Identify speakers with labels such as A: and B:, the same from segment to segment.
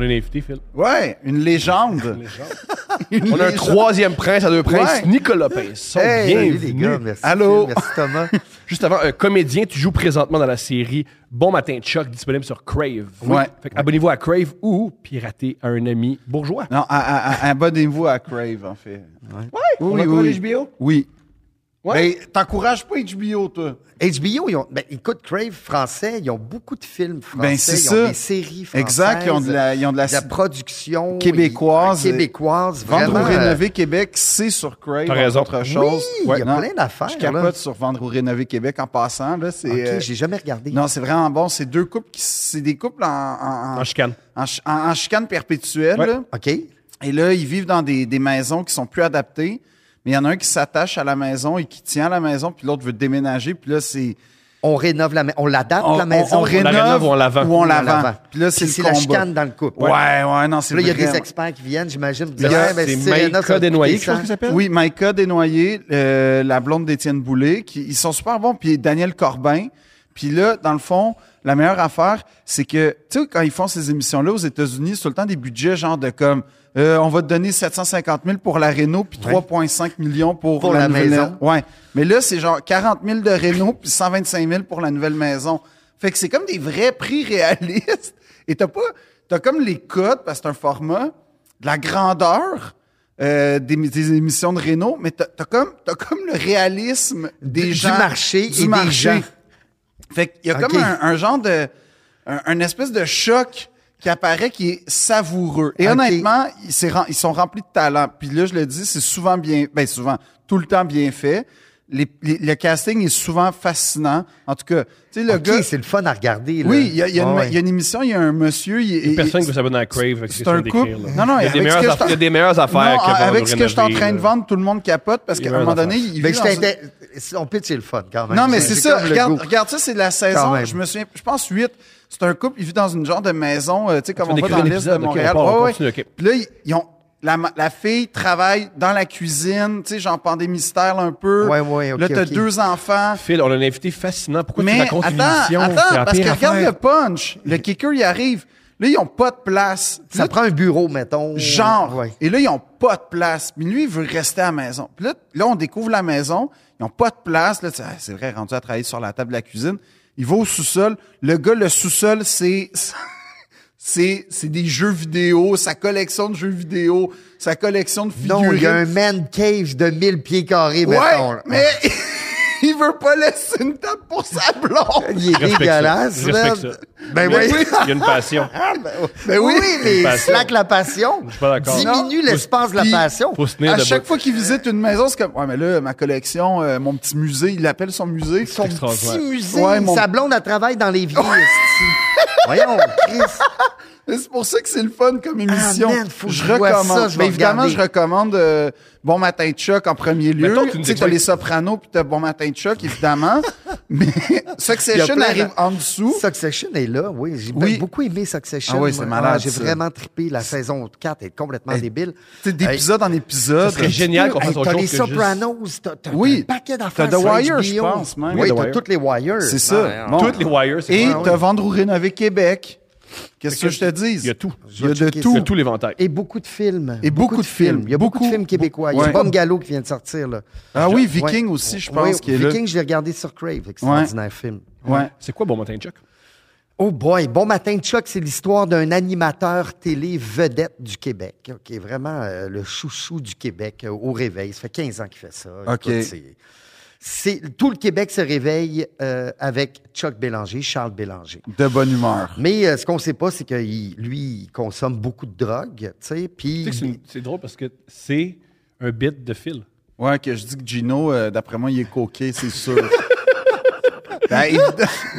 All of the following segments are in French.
A: invité, Phil.
B: Ouais, une légende. Une
C: On a un
B: légende.
C: troisième prince à deux princes,
B: Ouais.
C: Nicolas Pinson.
B: Hey,
C: Bienvenue.
D: les gars, merci.
C: Allô.
D: Phil, merci Thomas.
C: Juste avant, un comédien, tu joues présentement dans la série Bon Matin Chuck, disponible sur Crave.
B: Ouais.
C: Fait que abonnez-vous à Crave ou piratez à un ami bourgeois.
B: Non, à- à- à- abonnez-vous à Crave, en fait. Oui,
A: On a
B: oui,
A: encore
B: oui.
A: HBO?
B: Oui.
C: Ouais.
B: Ben, t'encourages pas HBO, toi.
D: HBO, ils ont, ben, écoute, Crave français, ils ont beaucoup de films français,
B: Ben, c'est
D: ils
B: ça.
D: ont des séries françaises.
B: Exact, ils ont de la, ils ont de la,
D: de la production
B: Québécoise. euh,
D: ils- ah, québécoise,
B: Vendre
D: vraiment.
B: ou
D: euh,
B: rénover Québec, c'est sur Crave.
C: T'as raison.
B: entre autres choses.
D: Oui, il y a
B: Non,
D: plein d'affaires,
B: Je
D: là.
B: capote sur Vendre ou rénover Québec en passant. Là, c'est,
D: Ok,
B: euh,
D: j'ai jamais regardé.
B: non, c'est vraiment bon. C'est deux couples qui, c'est des couples en, en, en-
C: En chicane.
B: en chi- en- en chicane perpétuelle.
C: Ouais.
B: là.
D: OK.
B: Et là, ils vivent dans des, des maisons qui sont plus adaptées. Mais il y en a un qui s'attache à la maison et qui tient à la maison, puis l'autre veut déménager. Puis là, c'est.
D: On rénove la maison. On l'adapte,
B: on-
D: la
B: on-
D: maison.
B: on,
C: la
B: rénove
C: rénove ou on la vend?
B: Ou on la
D: On la
B: vend.
D: vend.
B: Puis là, c'est
D: Puis
B: le
D: c'est la
B: combat.
D: chicane dans le couple.
B: Ouais, ouais, non, c'est
D: Puis là, il y a des
B: vraiment-
D: experts qui viennent, j'imagine. pour
C: Il y a-
D: dire, Ah, ben,
C: c'est
D: si rénove, ça
C: Maïka
D: va
C: Desnoyers,
D: coûter
C: je pense que ça
D: cent.
C: s'appelle.
B: Oui, Maïka Desnoyers, euh, la blonde d'Étienne Boulay, qui, ils sont super bons. Puis Daniel Corbin. Puis là, dans le fond, la meilleure affaire, c'est que, tu sais, quand ils font ces émissions-là aux États-Unis, c'est tout le temps des budgets genre de comme, euh, on va te donner 750 000 pour la réno, puis 3,5 millions pour,
D: Pour la
B: nouvelle-
D: maison.
B: Ouais. Mais là, c'est genre 40 000 de réno, puis 125 000 pour la nouvelle maison. Fait que c'est comme des vrais prix réalistes. Et t'as pas, t'as comme les codes, parce que c'est un format, de la grandeur euh, des, des émissions de réno, mais t'as, t'as comme, t'as comme le réalisme des
D: Du- du
B: gens.
D: marché et des gens.
B: Fait qu'il y a
D: Ok.
B: comme un, un genre de, un, un espèce de choc qui apparaît qui est savoureux. Et
D: Ok.
B: honnêtement, ils, s'est rem- ils sont remplis de talent. Puis là, je le dis, c'est souvent bien, ben souvent, tout le temps bien fait. Les- les- le casting est souvent fascinant. En tout cas, tu sais, le
D: OK,
B: gars.
D: c'est le fun à regarder. là.
B: Oui, il y a, il y a une,
D: Ah, ouais.
B: il y a une émission, il y a un monsieur. Il, il-
C: Personne
B: il-
C: qui veut s'abonner à Crave. avec ce
B: c'est
C: que je viens
B: un
C: d'écrire,
B: couple.
C: là.
B: Non, non,
C: il y a des
B: avec ce
C: meilleures
B: que je
C: affaires-
B: t'en-
C: il y a des meilleures affaires
B: Non, ah,
C: que vendre
B: avec
C: ou
B: ce que je suis en
C: rénover,
B: train de
C: là.
B: vendre, tout le monde capote parce qu'à un
C: meilleures
B: moment donné,
C: affaires.
B: il
D: Ben,
B: vit
D: j'étais
B: dans-
D: inté- c'est- On pitch, c'est le fun quand même.
B: Non, mais
D: J'ai-
B: c'est
D: j'ai
B: ça.
D: comme le
B: Regarde,
D: goût.
B: regarde ça, c'est de la
D: Quand
B: saison.
D: même.
B: Je me souviens, je pense 8. C'est un couple, il vit dans une genre de maison, euh, tu sais, comme
C: vas
B: on va
C: décrire
B: dans l'Est de
C: l'épisode, ok, on
B: Montréal.
C: part, on
B: Ouais, ouais.
C: continue, ok.
B: Puis là, ils- ils ont, la, ma- la fille travaille dans la cuisine, tu sais, genre pandémie style un peu.
D: Ouais, ouais, ok,
B: Là, t'as
D: ok.
B: deux enfants.
C: Phil, on a un invité fascinant. Pourquoi tu
B: Mais
C: racontes une
B: attends,
C: émission? C'est
B: attends,
C: la
B: parce que
C: pire
B: regarde
C: affaire.
B: le punch. Le kicker, il arrive. Là, ils ont pas de place.
D: Ça
B: Là,
D: prend un bureau, mettons.
B: Genre.
D: Euh, Ouais.
B: Et là, ils ont pas de place. Mais lui, il veut rester à la maison. Puis là, là, on découvre la maison. Ils ont pas de place. Là, tu sais, Ah, c'est vrai, rendu à travailler sur la table de la cuisine. Il va au sous-sol. Le gars, le sous-sol, c'est, c'est, c'est des jeux vidéo, sa collection de jeux vidéo, sa collection de figurines.
D: Non, il y a un man cave de 1000 pieds carrés,
B: Ouais,
D: mettons. là.
B: mais il veut pas laisser une table pour sa blonde.
D: Il est
C: Respecte
D: dégueulasse,
C: ça. Respecte
D: man.
C: ça.
D: Ben
C: Mais
D: oui.
C: Il y a une passion.
D: Ben oui, mais
C: passion.
D: slack la passion.
C: suis pas d'accord.
D: Diminue l'espace de la
B: Puis-
D: passion.
C: Faut se tenir
B: à
C: debout.
B: chaque fois qu'il visite une maison, c'est comme, ouais, mais là, ma collection, euh, mon petit musée, il appelle son musée.
D: Son
C: extraordinaire.
D: petit musée,
B: Ouais, mon-
D: sa blonde, elle travaille dans les vies. esti. Voyons, Chris.
B: Et C'est pour ça que c'est le fun comme émission.
D: Ah, man, faut que
B: je
D: je vois
B: recommande.
D: ça, je vais
B: Mais évidemment,
D: regarder.
B: je recommande euh, Bon Matin Chuck en premier lieu.
C: Mettons que tu
B: Tu
C: nous
B: sais,
C: dis
B: t'as
C: quoi-
B: les Sopranos puis t'as Bon Matin Chuck, évidemment. Mais
D: Il y a
B: Succession
D: plein de-
B: arrive en dessous.
D: Succession est là, oui. J'ai
B: Oui.
D: beaucoup aimé Succession.
B: Ah oui, c'est
D: moi.
B: malade,
D: J'ai
B: ça.
D: vraiment trippé. La saison 4 est complètement débile.
B: C'est d'épisode en épisode.
C: serait génial qu'on
D: Hey,
C: fasse autre
D: T'as
C: chose
D: les
C: que juste-
D: Sopranos, t'as t'as
B: Oui.
D: un paquet
B: T'as
D: d'affaires.
B: The
D: sur
B: Wire, je
D: HBO.
B: pense, même.
D: Oui,
B: The
D: t'as
B: Wire.
D: toutes les Wires.
B: C'est ça.
D: Ah,
B: Bon.
C: Toutes les Wires, c'est
B: Et
C: quoi?
B: t'as Vendre ou Rénover Québec. Qu'est-ce que
C: que
B: je te dis?
C: Il y a tout.
B: Il y a de
D: checker
C: Il y
B: tout.
C: a tout l'éventail.
D: Et beaucoup de films.
B: Et beaucoup de films.
D: Il y a beaucoup,
B: Beaucoup,
D: de films québécois. Il y
B: ouais.
D: a Bungalow qui vient de sortir. Là.
B: Ah oui,
D: Ouais.
B: Viking aussi, je
D: Oui,
B: pense, qui est là.
D: Viking, je l'ai regardé sur Crave. Extraordinaire film.
B: Ouais.
C: C'est quoi Bon Matin Chuck?
D: Oh boy, Bon Matin Chuck, c'est l'histoire d'un animateur télé vedette du Québec, euh, qui est vraiment euh, le chouchou du Québec euh, au réveil. Ça fait 15 ans qu'il fait ça.
B: OK.
D: c'est- c'est- tout le Québec se réveille euh, avec Chuck Bélanger, Charles Bélanger.
B: De bonne humeur.
D: Mais euh, ce qu'on ne sait pas, c'est que il- lui, il consomme beaucoup de drogue, tu sais,
C: Tu sais que c'est
D: puis...
C: une- C'est drôle parce que c'est un bit de Phil.
B: Ouais, que je dis que Gino, euh, d'après moi, il est coqué, c'est sûr. Ben, évidemment-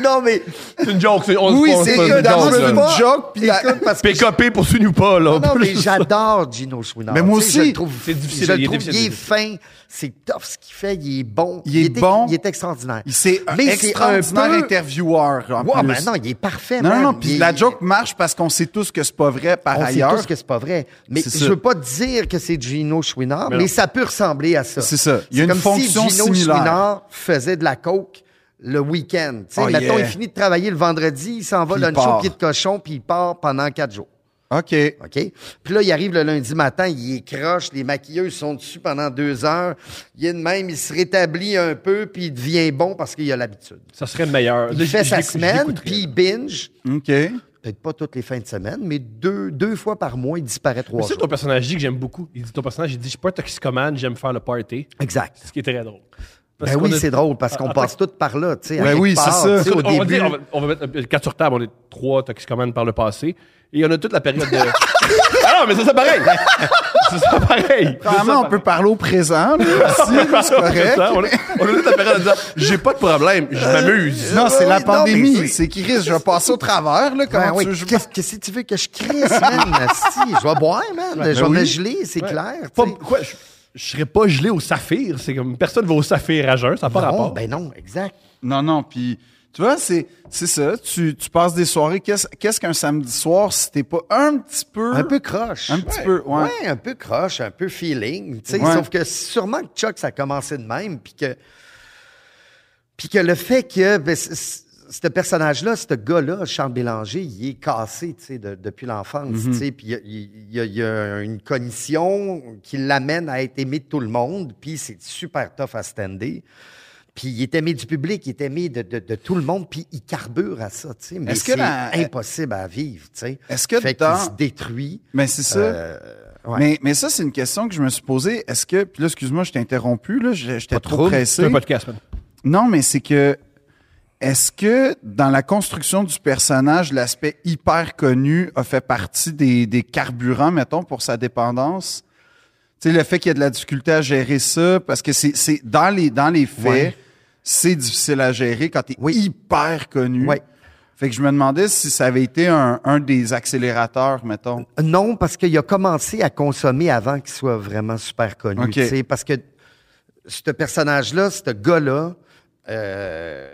D: Non, mais
C: C'est une joke.
B: oui, c'est évidemment
D: joke,
B: c'est une
D: là.
B: joke. Puis la-
D: écoute, parce que...
C: PKP, poursuis-nous pas, là.
D: Non, mais j'adore Gino Chouinard.
B: Mais moi
D: Tu sais, je
B: aussi.
D: le trouve,
C: C'est difficile,
D: Je le
C: il est
D: trouve,
C: difficile,
D: il est
C: difficile.
D: fin. C'est tough ce qu'il fait. Il est bon.
B: Il est bon.
D: Il est extraordinaire.
B: Il- C'est un
D: Mais c'est un
B: extraordinaire
D: peu-
B: intervieweur. en
D: Wow,
B: plus.
D: mais non, il est parfait.
B: non, non,
D: man.
B: non, Puis
D: Il-
B: la joke marche parce qu'on sait tous que c'est pas vrai par
D: On sait
B: ailleurs.
D: tous que c'est pas vrai. Mais
B: C'est
D: je
B: ça.
D: veux pas dire que c'est Gino Chouinard,
C: Mais
D: mais,
C: non.
D: ça peut ressembler à ça.
B: C'est ça. Il y a une
D: comme
B: fonction
D: si Gino
B: similaire.
D: Chouinard faisait de la coke le week-end. Tu sais,
B: Oh,
D: mettons,
B: yeah.
D: il finit de travailler le vendredi, il s'en va
B: Puis il
D: lunch
B: part.
D: au pied de cochon, puis il part pendant quatre jours.
B: OK.
D: OK? Puis là, il arrive le lundi matin, il est croche, les maquilleuses sont dessus pendant deux heures. Il est de même, il se rétablit un peu, puis il devient bon parce qu'il a l'habitude.
C: Ça serait meilleur.
D: Il
C: Là,
D: fait
C: je-
D: sa
C: je l'écou- je
D: semaine,
C: l'écouterais,
D: puis
C: là.
D: il binge.
B: OK.
D: Peut-être pas toutes les fins de semaine, mais deux, deux fois par mois, il disparaît
C: Mais
D: trois
C: c'est ça,
D: jours.
C: ton personnage dit que j'aime beaucoup. Il dit ton personnage, il dit Je suis pas un toxicomane, j'aime faire le party.
D: Exact.
C: Ce qui est très drôle. Parce
D: Ben
C: qu'on
D: oui,
C: a-
D: c'est drôle parce qu'on
C: Ah,
D: passe tout par là, tu sais. à
B: Ben
D: quelque
B: oui, c'est
D: part,
B: ça.
D: tu sais,
C: on,
D: Au
C: on va
D: début,
C: dire, on va, on va mettre euh, quatre sur table, on est trois toxicomanes par le passé. Et on a toute la période de. ah non, mais ça, c'est pareil! c'est ça, pareil! C'est ça,
B: Apparemment, on
C: pareil.
B: peut parler au présent, là, aussi, c'est correct.
C: On a, on a toute la période de dire J'ai pas de problème, je m'amuse.
B: Non, c'est la
D: Oui, non, mais
B: pandémie.
D: c'est-
B: C'est qui risque. Je vais passer au travers, là. Comment
D: ben oui,
B: tu veux, je-
D: qu'est-ce qu'est-ce que tu veux que je crisse, man? Si, je vais boire, man. je vais
B: oui.
D: me geler, c'est clair.
C: Ben Pas-
D: tu sais.
C: quoi, je, je serais pas gelé au saphir. C'est comme personne va au saphir à jeun, ça n'a pas
D: Non,
C: rapport.
D: ben non, exact.
B: Non, non, puis tu vois, c'est c'est ça. Tu, tu passes des soirées. Qu'est-ce qu'est-ce qu'un samedi soir si t'es pas un petit peu...
D: Un peu croche.
B: Un petit peu, ouais.
D: un peu croche, un peu feeling. tu sais.
B: Ouais.
D: Sauf que sûrement que Chuck, ça a commencé de même, puis que, puis que le fait que ben, c- c- ce personnage-là, ce gars-là, Charles Bélanger, il est cassé tu sais, de- depuis l'enfance.
B: Mm-hmm.
D: tu sais. Puis il y a- il y, a- il y a une cognition qui l'amène à être aimé de tout le monde, puis c'est super tough à stander. Puis il est aimé du public, il est aimé de, de- de tout le monde, puis il carbure à ça, tu sais. Mais
B: Est-ce que
D: c'est
B: la-
D: impossible à vivre, tu sais.
B: Est-ce que
D: Fait qu'il
B: dans-
D: se détruit.
B: Mais c'est ça.
D: Euh, ouais.
B: Mais, mais ça, c'est une question que je me suis posée. Est-ce que... Puis là, excuse-moi, je t'ai interrompu, là. j'- J'étais
D: Pas de
B: trop
D: trouble.
B: pressé.
C: C'est un podcast, man.
B: Non, mais c'est que est-ce que dans la construction du personnage, l'aspect hyper connu a fait partie des, des carburants, mettons, pour sa dépendance? Tu sais, le fait qu'il y a de la difficulté à gérer ça, parce que c'est, c'est dans les dans les faits,
D: Ouais.
B: c'est difficile à gérer quand t'es
D: Oui.
B: hyper connu.
D: Ouais.
B: Fait que je me demandais si ça avait été un, un des accélérateurs, mettons.
D: Non, parce qu'il a commencé à consommer avant qu'il soit vraiment super connu.
B: Ok.
D: tu sais, Parce que ce personnage-là, ce gars-là, euh,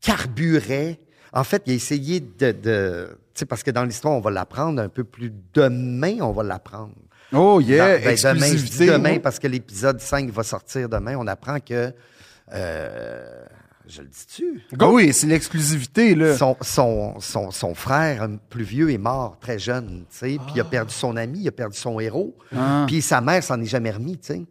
D: carburait. En fait, il a essayé de. de tu sais, parce que dans l'histoire, on va l'apprendre un peu plus demain, on va l'apprendre.
B: Oh yeah,
D: Dans- ben, demain, je dis
B: exclusivité.
D: demain parce que l'épisode 5 va sortir demain. On apprend que. euh, je le dis-tu?
B: Ah oui, c'est l'exclusivité, là.
D: Son, son, son, son frère euh, plus vieux est mort très jeune, tu sais, puis il a perdu son ami, il a perdu son héros,
C: Ah.
D: puis sa mère s'en est jamais remis, tu sais,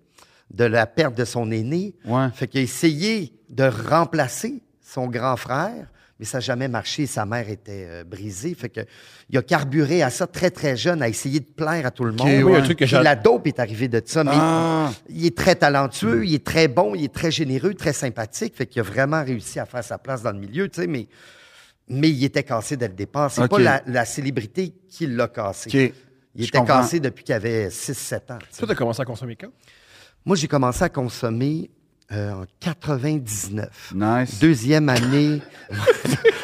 D: de la perte de son aîné.
B: Ouais.
D: Fait qu'il a essayé de remplacer son grand frère, mais ça n'a jamais marché, sa mère était euh, brisée, fait que il a carburé à ça très très jeune, à essayer de plaire à tout le monde.
C: oui, un truc que
D: Puis
C: j'a-
D: la dope est arrivée de ça, mais
B: Ah.
D: il est très talentueux, il est très bon, il est très généreux, très sympathique, fait qu'il a vraiment réussi à faire sa place dans le milieu, tu sais, mais mais il était cassé dès le départ. C'est
B: Ok.
D: pas la, la célébrité qui l'a cassé.
B: Ok.
D: Il
B: Je
D: était
B: comprends.
D: cassé depuis qu'il avait 6-7 ans. tu sais.
C: Toi, t'as commencé à consommer quand
D: Moi, j'ai commencé à consommer euh, en 99.
B: Nice.
D: Deuxième année.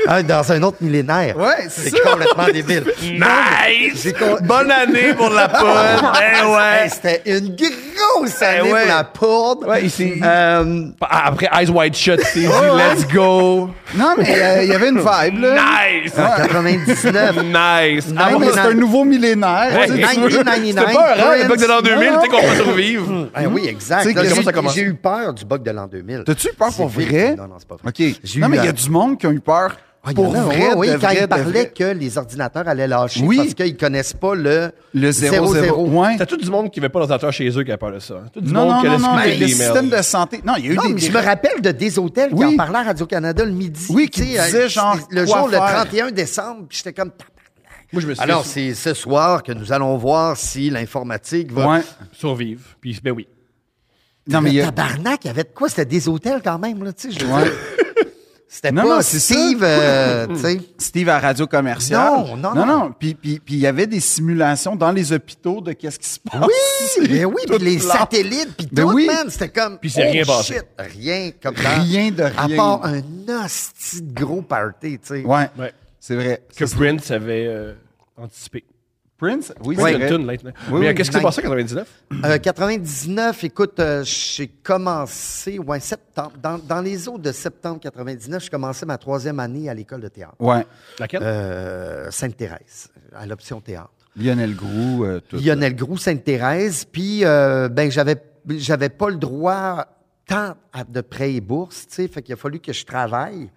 D: Ah, dans un autre millénaire.
B: Ouais, c'est Eh
D: C'est complètement débile.
C: Nice
D: J'ai con-
C: Bonne année pour la pod Ben
D: Ah, Hey, C'était une
B: Eh
D: grosse année
C: ouais.
D: pour la poudre.
C: Ouais, ici.
D: Euh,
C: Après Eyes Wide Shut, c'est dit Let's go
B: Non, mais euh, il y avait une vibe, là.
C: Nice
D: en 99.
C: Nice
B: Ah, mais c'est un nouveau millénaire.
C: Ouais.
B: tu sais, tu vois.
D: 1999.
C: C'était pas un rêve, l'époque de l'an
B: Non,
C: 2000,
B: non.
C: tu sais qu'on va survivre
D: Ah oui, exact.
B: C'est que-
D: Là, j'ai-
B: comment ça
C: commence?
D: J'ai eu peur du bug de l'an 2000.
B: T'as-tu eu peur
D: C'est
B: pour
D: vrai.
B: vrai?
D: Non, non, c'est pas vrai.
B: OK.
D: J'ai
B: Non,
D: eu,
B: mais il y
D: euh,
B: a du monde qui a eu peur
D: Ah, il y en
B: pour
D: a,
B: vrai,
D: ouais, oui,
B: de
D: quand
B: vrai, de
D: ils parlaient
B: vrai.
D: que les ordinateurs allaient lâcher
B: Oui.
D: parce qu'ils connaissent pas le,
B: Le 0 0 ouais.
C: T'as tout du monde qui avait pas d'ordinateur chez eux qui a peur de ça. Tout du
B: Non,
C: monde
B: non,
C: qui a
B: non, non, mais
C: discuté
B: le
C: des
B: système
C: mails.
B: de santé. Non, il y a eu
D: Non,
B: des...
D: mais je
B: des-
D: me rappelle de des hôtels
B: Oui.
D: qui en parlaient à Radio-Canada le midi.
B: Oui,
D: tu
B: qui
D: sais,
B: disaient,
D: euh,
B: genre,
D: c'était le
B: quoi
D: jour,
B: faire.
D: le 31 décembre, puis j'étais comme... tabarnak.
C: Moi, je me suis
D: Alors,
C: dit
D: c'est ce soir que nous allons voir si l'informatique va...
B: Ouais.
C: survivre. Puis, ben oui.
B: Non, mais il y
D: Le
B: a...
D: tabarnak, il y avait de quoi? C'était des hôtels quand même, là, tu sais. je veux
B: Ouais.
D: dire. C'était
B: Non, non,
D: pas
B: c'est ça.
D: Steve, euh, tu sais.
B: Steve à Radio Commerciale.
D: Non, non,
B: Non,
D: non.
B: Puis, puis, puis il y avait des simulations dans les hôpitaux de qu'est-ce qui se passe.
D: Oui, mais oui,
B: Ah, Tout
D: puis les
B: blanc.
D: satellites, puis
B: Ben
D: tout,
B: oui.
D: man, c'était comme...
C: Puis c'est
D: oh,
C: rien passé.
D: shit, Rien comme dans-
B: Rien de
D: À
B: rien.
D: part un hostie de gros party, tu sais.
B: Ouais,
C: Ouais.
B: c'est vrai.
C: Que Prince avait euh, anticipé.
B: Prince? Oui,
C: C'est
B: c'est
C: une
B: vrai.
C: tune, Lightning.
B: Oui,
C: Mais euh,
B: oui,
C: qu'est-ce qui s'est
D: Lightning.
C: passé en 99
D: Euh, 99, écoute, euh, j'ai commencé, ouais, septembre, dans, dans les eaux de septembre 99, j'ai commencé ma troisième année à l'école de théâtre,
B: Ouais.
C: Laquelle
D: euh, Sainte-Thérèse, à l'option théâtre.
B: Lionel Groux, euh, tout.
D: Lionel Groux, Sainte-Thérèse, puis euh, ben j'avais j'avais pas le droit tant à- de prêts et bourses, tu sais, fait qu'il a fallu que je travaille.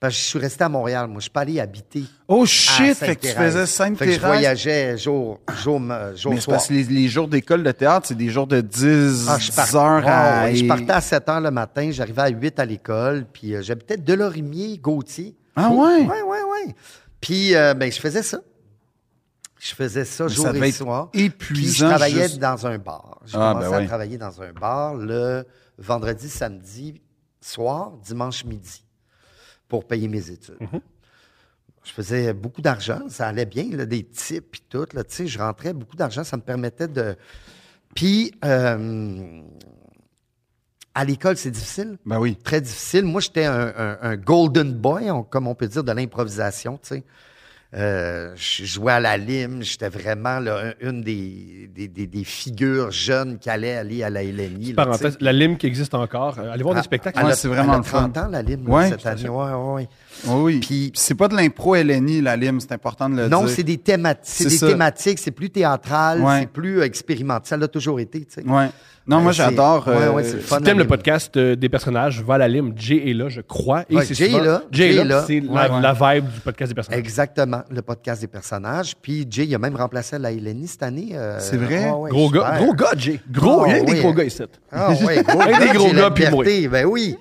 D: Parce que je suis resté à Montréal. Moi, je suis pas allé habiter.
B: Oh
D: à
B: shit! Fait que tu
D: Sainte-Thérèse.
B: faisais
D: Fait que je
B: Sainte-Thérèse.
D: voyageais jour, jour, euh, jour,
B: Mais c'est
D: soir.
B: parce que les, les jours d'école de théâtre, c'est des jours de 10
D: Ah, je, par-
B: heures à.
D: Ah ouais, je partais à 7 heures le matin, j'arrivais à 8 à l'école, puis euh, j'habitais Delorimier, Gauthier.
B: Ah ouais?
D: Oui, oui, oui. Puis euh, ben, je faisais ça. Je faisais ça
B: Mais
D: jour
B: ça devait
D: et
B: être
D: soir. Puis je
B: épuisant,
D: travaillais
B: juste.
D: dans un bar. J'ai
B: Ah,
D: commencé
B: ben
D: à
B: oui.
D: travailler dans un bar le vendredi, samedi soir, dimanche midi pour payer mes études.
B: Mhm.
D: Je faisais beaucoup d'argent, ça allait bien, là, des types et tout. Là, tu sais, je rentrais beaucoup d'argent, ça me permettait de. Puis, euh, à l'école, c'est difficile.
B: Ben oui.
D: Très difficile. Moi, j'étais un, un- un golden boy, on- comme on peut dire, de l'improvisation, tu sais. Euh, je jouais à la lime, j'étais vraiment là, un- une des, des, des- des figures jeunes qui allait aller à la LNI. là, tu sais.
C: Parenthèse, la lime qui existe encore. euh, Allez voir des spectacles.
B: à
D: Ah, Elle
B: la-
D: a-
B: c'est vraiment
D: elle a
B: le fun.
D: 30 ans, la lime, là,
B: Ouais.
D: cette année. Ouais, ouais, ouais.
B: Oui. Puis
D: Puis-
B: c'est pas de l'impro LNI, la lime, c'est important de le dire.
D: Non, c'est des, thémati- c'est
B: Euh, C'est
D: des
B: ça.
D: thématiques, c'est plus théâtral,
B: Ouais.
D: c'est plus euh, expérimental. Ça l'a toujours été, tu sais.
B: Ouais. Non,
D: Mais
B: moi
D: c'est-
B: j'adore.
D: ouais,
B: euh,
D: ouais, c'est le fun.
C: Si t'aimes
D: la
C: le
D: lime.
C: podcast euh, des personnages, va à la lime. Jay est là, je crois. Et
D: Ouais,
C: c'est
D: Jay
C: souvent-
D: est là.
C: Jay est là. C'est
D: Ouais,
C: la,
B: ouais.
C: la vibe du podcast des personnages.
D: Exactement, le podcast des personnages. Puis Jay, il a même remplacé la Eleni cette année. euh,
B: C'est vrai?
D: ouais, ouais,
C: Gros
D: super.
C: gars, gros gars, Jay. Gros,
D: Ah,
C: il y a des
D: oui.
C: gros gars ici.
D: Ah ouais, gros
C: Avec
D: gars,
C: des gros
D: Jay La
C: gars, puis moi.
D: Liberté, Ben oui.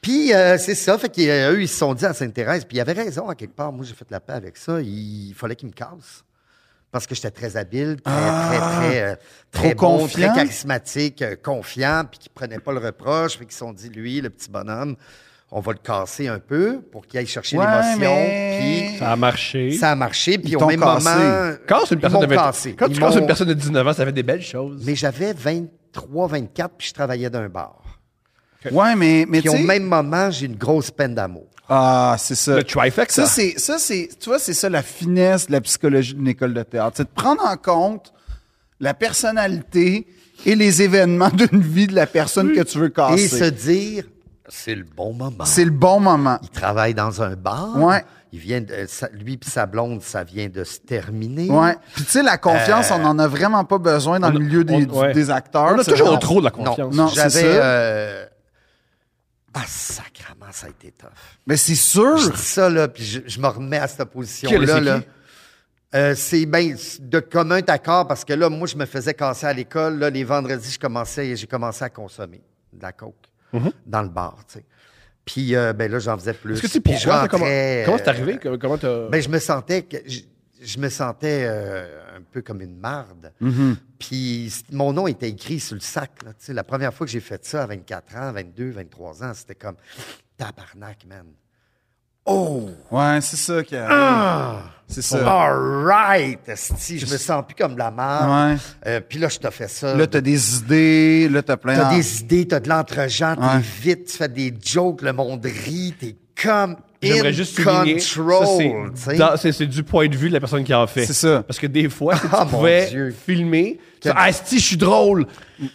D: Puis euh, c'est ça, fait qu'eux, ils se sont dit à Sainte-Thérèse, puis il avait raison à quelque part. Moi, j'ai fait la paix avec ça. Il fallait qu'ils me cassent. Parce que j'étais très habile, très,
C: Ah!
D: très, très, euh, très
B: Trop
D: bon,
B: confiant.
D: très charismatique, euh, confiant, puis qui prenait pas le reproche, puis qui se sont dit, lui, le petit bonhomme, on va le casser un peu pour qu'il aille chercher
B: Ouais,
D: l'émotion.
B: mais-
D: Puis
C: Ça a marché.
D: Ça a marché, puis
B: Ils
D: au
B: t'ont
D: même
B: cassé.
D: moment.
C: Quand c'est une
D: ils
C: personne
D: m'ont
C: de 20
D: cassé.
C: Quand tu
D: Ils
C: casses une
D: m'ont-
C: personne de 19 ans, ça fait des belles choses.
D: Mais j'avais 23, 24, puis je travaillais d'un bar.
B: Ouais, mais, mais
D: Puis
B: tu
D: au
B: sais-
D: même moment, j'ai une grosse peine d'amour.
B: Ah, c'est ça.
C: Le trifecta.
B: Ça, c'est, ça, c'est, tu vois, c'est ça la finesse de la psychologie d'une école de théâtre. C'est de prendre en compte la personnalité et les événements d'une vie de la personne que tu veux
D: Et se
B: casser.
D: dire, Ah, c'est le bon moment.
B: C'est le bon moment.
D: Il travaille dans un bar.
B: Ouais.
D: Il vient de- ça- lui puis sa blonde, ça vient de se terminer.
B: Ouais. Puis tu sais, la
D: Euh,
B: confiance, on en a vraiment pas besoin dans
C: on a-
B: le milieu des,
C: on-
B: du-
C: ouais.
B: des acteurs.
C: On a
B: C'est
C: toujours
B: genre-
C: trop de la
D: Non,
C: confiance.
B: Non, c'est
D: j'avais...
B: ça.
D: euh, Ah, sacrement, ça a été tough.
B: Mais c'est
D: Je
B: sûr.
D: dis ça, là, puis je, je me remets à cette
C: Qui,
D: position-là.
C: c'est
D: là.
C: qui?
D: Euh, c'est ben, c'est de commun accord parce que là, moi, je me faisais casser à l'école. Là, les vendredis, je commençais, j'ai commencé à consommer de la coke dans le bar, tu sais. Puis euh, ben là, j'en faisais plus.
C: Mm-hmm. Est-ce que tu
D: Puis je
C: pourquoi? t'as Comment
D: rentrais,
C: comment c'est
D: euh,
C: arrivé? Comment- Comment t'as.
D: ben, je me sentais que je, je me sentais euh, un peu comme une marde.
B: Mm-hmm.
D: Puis c- mon nom était écrit sur le sac. Là, tu sais. la première fois que j'ai fait ça à 24 ans, 22, 23 ans, c'était comme tabarnak, man. Oh,
B: Ouais, c'est ça qui arrive.
D: Ah!
B: C'est ça.
D: All right, esti, je me sens plus comme de la merde.
B: Ouais.
D: Euh, puis là, je te fais ça.
B: Là, t'as des idées, là, t'as plein
D: T'as
B: d'en-
D: des idées, t'as de l'entre-gens, t'es
B: Ouais.
D: vite, tu fais des jokes, le monde rit, t'es comme in
C: J'aimerais juste souligner, ça, c'est
D: control. tu sais.
C: dans- c'est c'est du point de vue de la personne qui en fait.
B: C'est ça.
C: Parce que des fois, si tu
D: Ah, mon
C: pouvais
D: Dieu.
C: filmer, tu dis, ah, si, je suis drôle.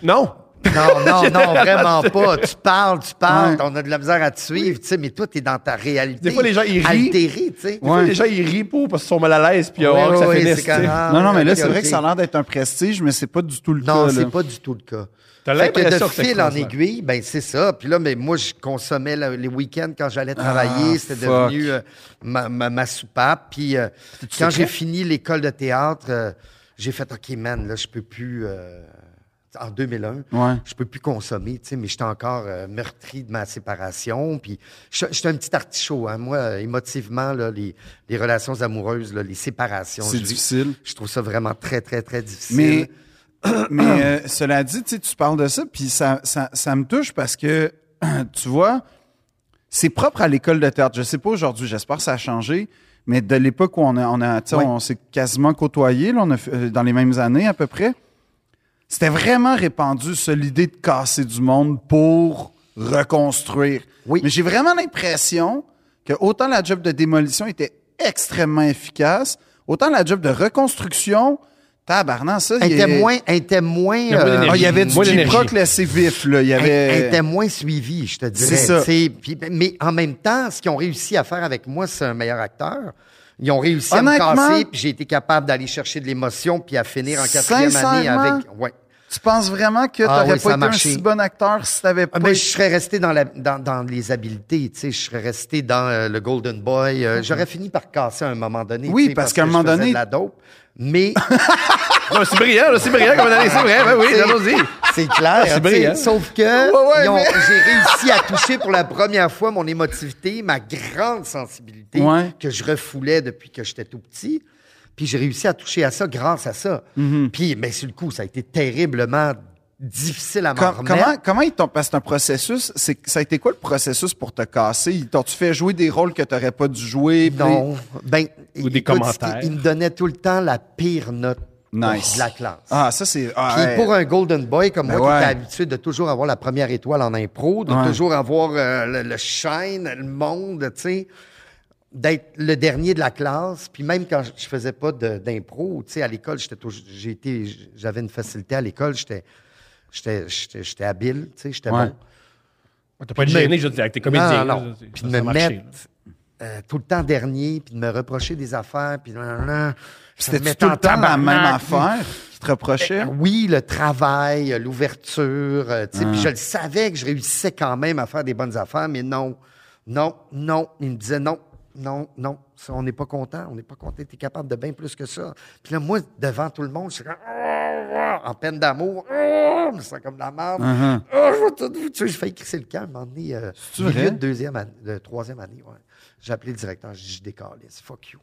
C: Non.
D: Non, non, non, vraiment pas. Tu parles, tu parles,
B: Ouais.
D: on a de la misère à te suivre, tu sais, mais toi, t'es dans ta réalité.
C: Des fois, les gens, ils rient.
D: Altérée, tu sais.
C: Des fois, Les gens, ils rient pour parce qu'ils sont mal à l'aise, puis ils
D: Ouais,
C: ont hâte que ça
D: ouais,
C: finisse.
D: c'est quand
C: tu sais.
D: même-
B: Non, non, mais là,
D: Ok,
B: c'est vrai
D: ok.
B: que ça a l'air d'être un prestige, mais c'est pas du tout le cas.
D: Non,
B: là.
D: c'est pas du tout le cas.
C: T'as
D: Fait que
C: l'impression
D: de
C: que ça
D: fil
C: croise,
D: en
C: ouais.
D: aiguille, ben c'est ça. Puis là, mais moi, je consommais le- les week-ends quand j'allais travailler.
B: Ah,
D: C'était
B: fuck.
D: devenu euh, ma, ma, ma soupape. Puis euh, quand j'ai fini l'école de théâtre, euh, j'ai fait OK, man, là, je peux plus. euh, en 2001,
B: Ouais.
D: je peux plus consommer, tu sais, mais j'étais encore euh, meurtri de ma séparation. Puis je- j'étais un petit artichaut, hein, moi, euh, émotivement, là, les, les relations amoureuses, là, les séparations.
B: C'est
D: je-
B: difficile.
D: Je trouve ça vraiment très, très, très difficile.
B: Mais, mais euh, cela dit, tu sais, tu parles de ça, puis ça, ça, ça me touche parce que, tu vois, c'est propre à l'école de théâtre. Je sais pas aujourd'hui, j'espère que ça a changé, mais de l'époque où on a, on a tu sais,
D: Oui.
B: on s'est quasiment côtoyé, là, on a fait- euh, dans les mêmes années à peu près, c'était vraiment répandu, ça, l'idée de casser du monde pour reconstruire.
D: Oui.
B: Mais j'ai vraiment l'impression que autant la job de démolition était extrêmement efficace, autant la job de reconstruction, tabarnak, ça,
D: Elle
B: il
D: était
B: est-
D: moins, elle était moins,
C: y a moins
D: euh,
C: d'énergie.
B: Ah, il y avait du
C: Moins d'énergie.
B: J-Proc laissé vif, là. Il y
D: elle- elle
B: avait...
D: était moins suivie, je te dirais.
B: C'est ça.
D: tu sais. Puis- ben, mais en même temps, ce qu'ils ont réussi à faire avec moi, c'est un meilleur acteur. Ils ont réussi à me
B: Honnêtement-
D: casser, puis j'ai été capable d'aller chercher de l'émotion, puis à finir en quatrième année
B: Sincèrement,
D: avec. Ouais.
B: Tu penses vraiment que
D: Ah
B: t'aurais
D: oui, ça
B: pas
D: a
B: été un
D: marché.
B: si bon acteur si t'avais pas...
D: Ah, mais je serais resté dans, la- dans, dans les habiletés, tu sais, je serais resté dans euh, le Golden Boy. euh, J'aurais fini par casser à un moment donné.
B: Mhm. Oui,
D: tu sais,
B: parce qu'à un
D: que je
B: moment
D: faisais
B: donné-
D: de la dope, mais
C: Non, c'est brillant, là, c'est brillant comme analyse, c'est vrai,
B: Eh
C: ben oui, allons-y.
D: c'est clair.
C: C'est
D: tu sais,
C: brillant.
D: Sauf que
B: hein. Ouais, ouais,
D: ils ont-
B: mais-
D: j'ai réussi à toucher pour la première fois mon émotivité, ma grande sensibilité
B: Ouais.
D: que je refoulais depuis que j'étais tout petit. Puis j'ai réussi à toucher à ça grâce à ça.
B: Mhm.
D: Puis, mais sur le coup, ça a été terriblement difficile à m'en
B: Com-
D: remettre.
B: comment, comment ils t'ont... Parce que c'est un processus. C'est, ça a été quoi le processus pour te casser? Ils t'ont-tu fait jouer des rôles que t'aurais pas dû jouer? puis-
D: Non. Ben,
C: Ou des
D: écoute,
C: commentaires.
D: ce qui- Il me donnait tout le temps la pire note
B: Nice.
D: de la classe.
B: Ah, ça, c'est... ah,
D: Puis
B: hey.
D: pour un Golden Boy comme
B: Ben
D: moi, qui
B: ouais.
D: était habitué de toujours avoir la première étoile en impro, de
B: Ouais.
D: toujours avoir euh, le, le shine, le monde, tu sais, d'être le dernier de la classe. Puis même quand je- je faisais pas de- d'impro, tu sais, à l'école, j'étais toujours- j'ai été- j'avais une facilité à l'école, j'étais, j'étais, j'étais, j'étais habile, tu sais, j'étais
B: Ouais.
D: bon.
C: T'as pas été gêné, je veux dire, avec tes comédiens.
D: Non, non.
C: là, c'est-
D: Puis
C: ça
D: de
C: a
D: me
C: marché,
D: mettre
C: là.
D: euh, tout le temps dernier, puis de me reprocher des affaires, puis nanana. Ça me
B: C'était-tu
D: mettait
B: tout
D: en
B: le temps la même
D: tabarnak, puis-
B: affaire qui te reprochait?
D: Oui, le travail, euh, l'ouverture, euh, tu sais,
B: Ah.
D: puis je le savais que je réussissais quand même à faire des bonnes affaires, mais non, non, non. Il me disait non, non, non, ça, on n'est pas content, on n'est pas content, t'es capable de bien plus que ça. Puis là, moi, devant tout le monde, je suis comme, Ah, ah, en peine d'amour, Ah, je me sens comme de la merde, Ah, je vais tout vous tuer. Je fais crisser le camp, à un moment donné, euh,
B: Uh-huh. C'est-tu
D: milieu
B: vrai?
D: de deuxième année, de troisième année, ouais. J'ai appelé le directeur, j'ai dit, je décalisse, fuck you.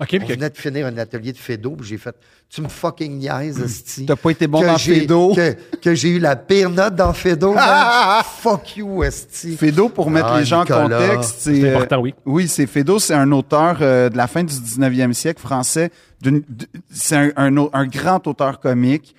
C: OK, puis
D: On
C: que-
D: venait de finir un atelier de Fedo, puis j'ai fait Tu me fucking niaises, esti.
B: Hmm. T'as pas été bon
D: Que
B: dans
D: j'ai-
B: Fedo.
D: Que, que j'ai eu la pire note dans Fedo. man. Fuck you, Esti.
B: Fédo, pour mettre
D: Ah,
B: les gens en
D: Nicolas.
B: contexte, c'est.
C: C'est
B: euh,
C: important, oui.
B: Oui, c'est Fédo, c'est un auteur euh, de la fin du 19e siècle français. d'une- d- C'est un, un au- un grand auteur comique.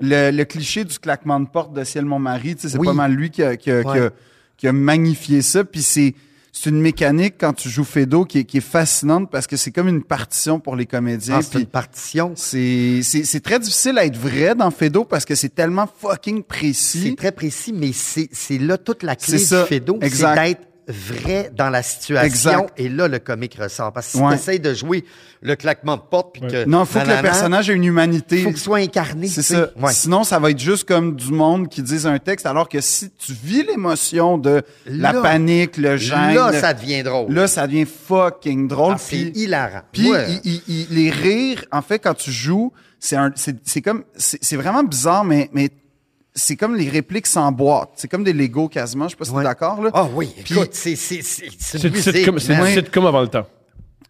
B: Le, le cliché du claquement de porte de Ciel, mon mari, tu sais, c'est
D: Oui.
B: pas mal lui qui a, qui a- qui a-
D: Ouais.
B: qui a magnifié ça. Puis c'est. C'est une mécanique quand tu joues Fédo qui est, qui est fascinante parce que c'est comme une partition pour les comédiens.
D: Ah, c'est
B: puis-
D: une partition.
B: C'est c'est- c'est très difficile à être vrai dans Fedo parce que c'est tellement fucking
D: C'est
B: précis.
D: très précis, mais c'est c'est là toute la clé
B: C'est ça.
D: du Fedo. C'est
B: Exact.
D: d'être vrai dans la situation.
B: Exact.
D: Et là, le comique ressort. Parce que si
B: Ouais.
D: t'essayes de jouer le claquement de porte, puis que.
B: Non, faut que le
D: nanana,
B: personnage ait une humanité.
D: Faut qu'il soit incarné.
B: C'est
D: tu sais.
B: ça.
D: Ouais.
B: Sinon, ça va être juste comme du monde qui dise un texte, alors que si tu vis l'émotion de la
D: Là.
B: panique, le gêne,
D: Là,
B: le-
D: ça devient drôle.
B: là, ça devient fucking drôle.
D: Ah, c'est
B: puis-
D: hilarant.
B: Puis
D: Ouais.
B: il- il- il- les rires, en fait, quand tu joues, c'est un- c'est c'est comme, c'est c'est vraiment bizarre, mais, mais c'est comme les répliques s'emboîtent. C'est comme des Lego quasiment. Je sais pas si t'es
D: Ouais.
B: d'accord là.
D: Ah oui,
B: Puis-
D: écoute, c'est c'est- c'est- c'est
C: C'est
D: une
C: une sitcom-
D: musique,
C: c'est une
D: man.
C: sitcom avant le temps.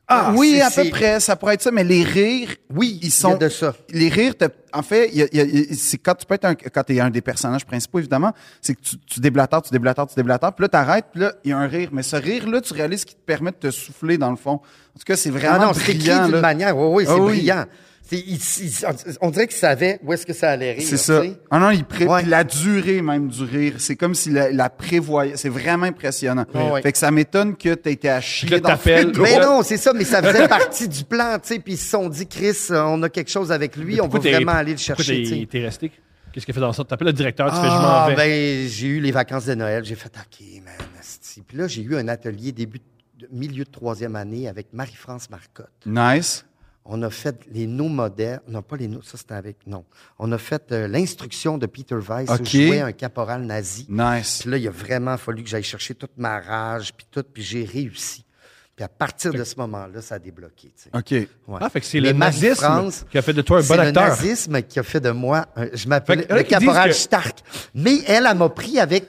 D: Ah,
B: Euh, oui,
D: c'est-
B: à peu
D: c'est-
B: près, ça pourrait être ça, mais les rires,
D: Oui, il y
B: ils
D: a
B: sont
D: de ça.
B: Les rires, te- en fait, il y a- il y a- il- c'est quand tu peux être un, quand t'es un des personnages principaux, évidemment, c'est que tu, tu déblatères, tu déblatères, tu déblatères, puis là t'arrêtes, puis là il y a un rire, mais ce rire-là, tu réalises qu'il te permet de te souffler dans le fond. En tout cas, c'est vraiment
D: Ah non, c'est écrit
B: brillant.
D: d'une
B: là.
D: manière, oui, oui, c'est
B: Ah oui.
D: brillant. C'est- il- il- on dirait qu'il savait où est-ce que ça allait rire.
B: C'est ça.
D: tu sais.
B: Ah non, il pré-
D: Ouais.
B: puis la durée même du rire, c'est comme s'il la, la prévoyait. C'est vraiment impressionnant.
D: Ouais, ouais.
B: Fait que ça m'étonne que t'aies été à chier
C: là,
B: dans le
C: t'appelles-
B: film.
D: Mais
C: Ouais.
D: Ben non, c'est ça, mais ça faisait partie du plan, tu sais, puis ils se sont dit, Chris, euh, on a quelque chose avec lui, on va
C: Pourquoi t'es-
D: vraiment aller le
C: pourquoi
D: chercher, tu
C: t'es-
D: sais.
C: T'es resté. Qu'est-ce qui a fait dans ça? T'appelles le directeur, tu fais je m'en
D: Ah,
C: vais.
D: ben, j'ai eu les vacances de Noël, j'ai fait, OK, man, asti. Puis là, j'ai eu un atelier début, de- milieu de troisième année avec Marie-France Marcotte.
B: Nice.
D: On a fait les no modernes. Non, pas les no, ça c'était avec. Non. On a fait euh, l'instruction de Peter Weiss
B: Ok.
D: où je jouais un caporal nazi.
B: Nice.
D: Puis là, il a vraiment fallu que j'aille chercher toute ma rage, puis tout, puis j'ai réussi. Puis à partir de ce moment-là, ça a débloqué. tu sais.
B: OK.
D: Ouais.
C: Ah, fait que c'est
D: Mais
C: le nazisme
D: Marie-France,
C: qui a fait de toi un
D: c'est
C: bon acteur.
D: le nazisme qui a fait de moi. un- je m'appelais
C: Fait que,
D: le
C: eux qui disent
D: caporal
C: que-
D: Stark. Mais elle, elle m'a pris avec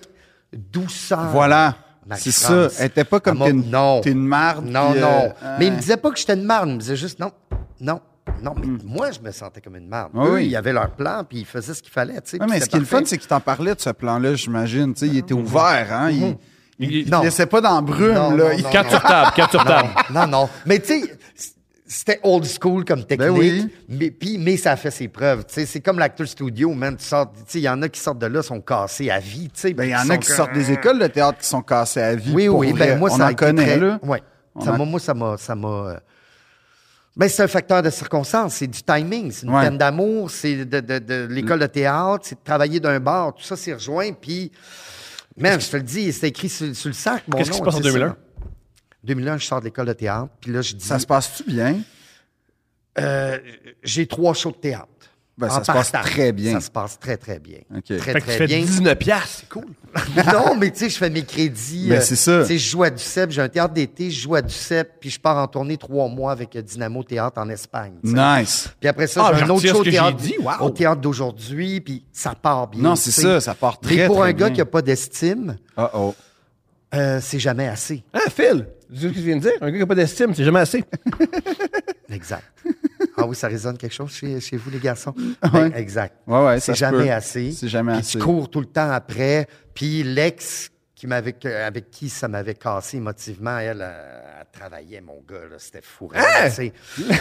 D: douceur.
B: Voilà. C'est
D: Marie-France.
B: ça. Elle était pas comme
D: Elle m'a-
B: t'es une,
D: non.
B: t'es une marde.
D: Non,
B: puis, euh,
D: non.
B: euh,
D: Mais il me disait pas que j'étais une marde. Il me disait juste non, non, non. Mais moi, je me sentais comme une marde.
B: Hmm. Ah
D: Eux,
B: oui.
D: ils avaient leur plan, puis ils faisaient ce qu'il fallait. tu sais,
B: Ouais,
D: puis
B: mais
D: c'était
B: ce qui est le fun,
D: parfait. Mhm.
B: c'est qu'il t'en parlait de ce plan-là, j'imagine. Tu sais, il était ouvert, hein. Il, il, il te
D: Non.
B: laissait pas dans la brume,
D: Non,
B: là.
D: non,
B: Il-
D: non.
C: Quatre sur table, quatre sur table.
D: Non, non. Mais tu sais, c'était old school comme technique.
B: Ben oui.
D: mais, puis, mais ça a fait ses preuves. tu sais. C'est comme l'acteur studio, man. Tu sors- tu sais, Il y en a qui sortent de là, sont cassés à vie. tu sais,
B: Ben, il y
D: puis
B: en a
D: sont
B: qui
D: comme-
B: sortent des écoles de théâtre qui sont cassées à vie.
D: Oui,
B: pour
D: oui.
B: vrai.
D: Ben, moi,
B: On
D: ça a
B: en
D: été
B: connaît,
D: très-
B: là.
D: Ouais.
B: On
D: Ça
B: en-
D: m'a- Moi, ça m'a. Ça m'a. euh, Ben, c'est un facteur de circonstance, c'est du timing, c'est une
B: Ouais.
D: peine d'amour, c'est de, de- de l'école de théâtre, c'est de travailler d'un bar, tout ça s'est rejoint, puis. Man, je te le dis, c'est écrit sur, sur le sac, mon
C: Qu'est-ce qui
D: nom,
C: se passe en
D: tu sais, ça.
C: 2001?
D: 2001, je sors de l'école de théâtre, puis là, je dis.
B: Ça se passe-tu bien?
D: euh, j'ai trois shows de théâtre.
B: Ben,
D: En
B: ça se passe
D: partant.
B: très bien.
D: Ça se passe très, très bien.
B: OK.
D: Très,
C: Fait que tu
D: très
C: fais
D: bien.
C: 19 piastres, c'est cool.
D: non, mais tu sais, je fais mes crédits.
B: Ben,
D: euh,
B: c'est ça.
D: Tu sais, je joue à du CEP, j'ai un théâtre d'été, je joue à du CEP, puis je pars en tournée trois mois avec euh, Dynamo Théâtre en Espagne. tu sais.
B: Nice.
D: Puis après ça,
C: Ah,
D: j'ai
C: je
D: un autre
C: retire
D: show
C: ce
D: au
C: que j'ai
D: théâtre,
C: dit, wow.
D: au théâtre d'aujourd'hui, puis ça part bien.
B: Non, c'est
D: tu sais.
B: ça, ça part très,
D: Mais pour
B: très
D: un gars
B: bien.
D: qui n'a pas d'estime,
B: Oh oh.
D: euh, c'est jamais assez.
C: Hein, Phil? Tu sais ce que tu viens de dire? Un gars qui n'a pas d'estime, c'est jamais assez.
D: Exact. ah oui, ça résonne quelque chose chez, chez vous, les garçons?
B: Ouais.
D: Ben, exact.
B: Ouais, ouais, ça
D: c'est
B: se
D: jamais
B: peut.
D: assez.
B: C'est jamais
D: Puis
B: assez.
D: tu cours tout le temps après. Puis l'ex qui m'avait, que- avec qui ça m'avait cassé émotivement, elle, euh, elle travaillait, mon gars. là, C'était fou. raide,
B: Hein?
D: tu sais.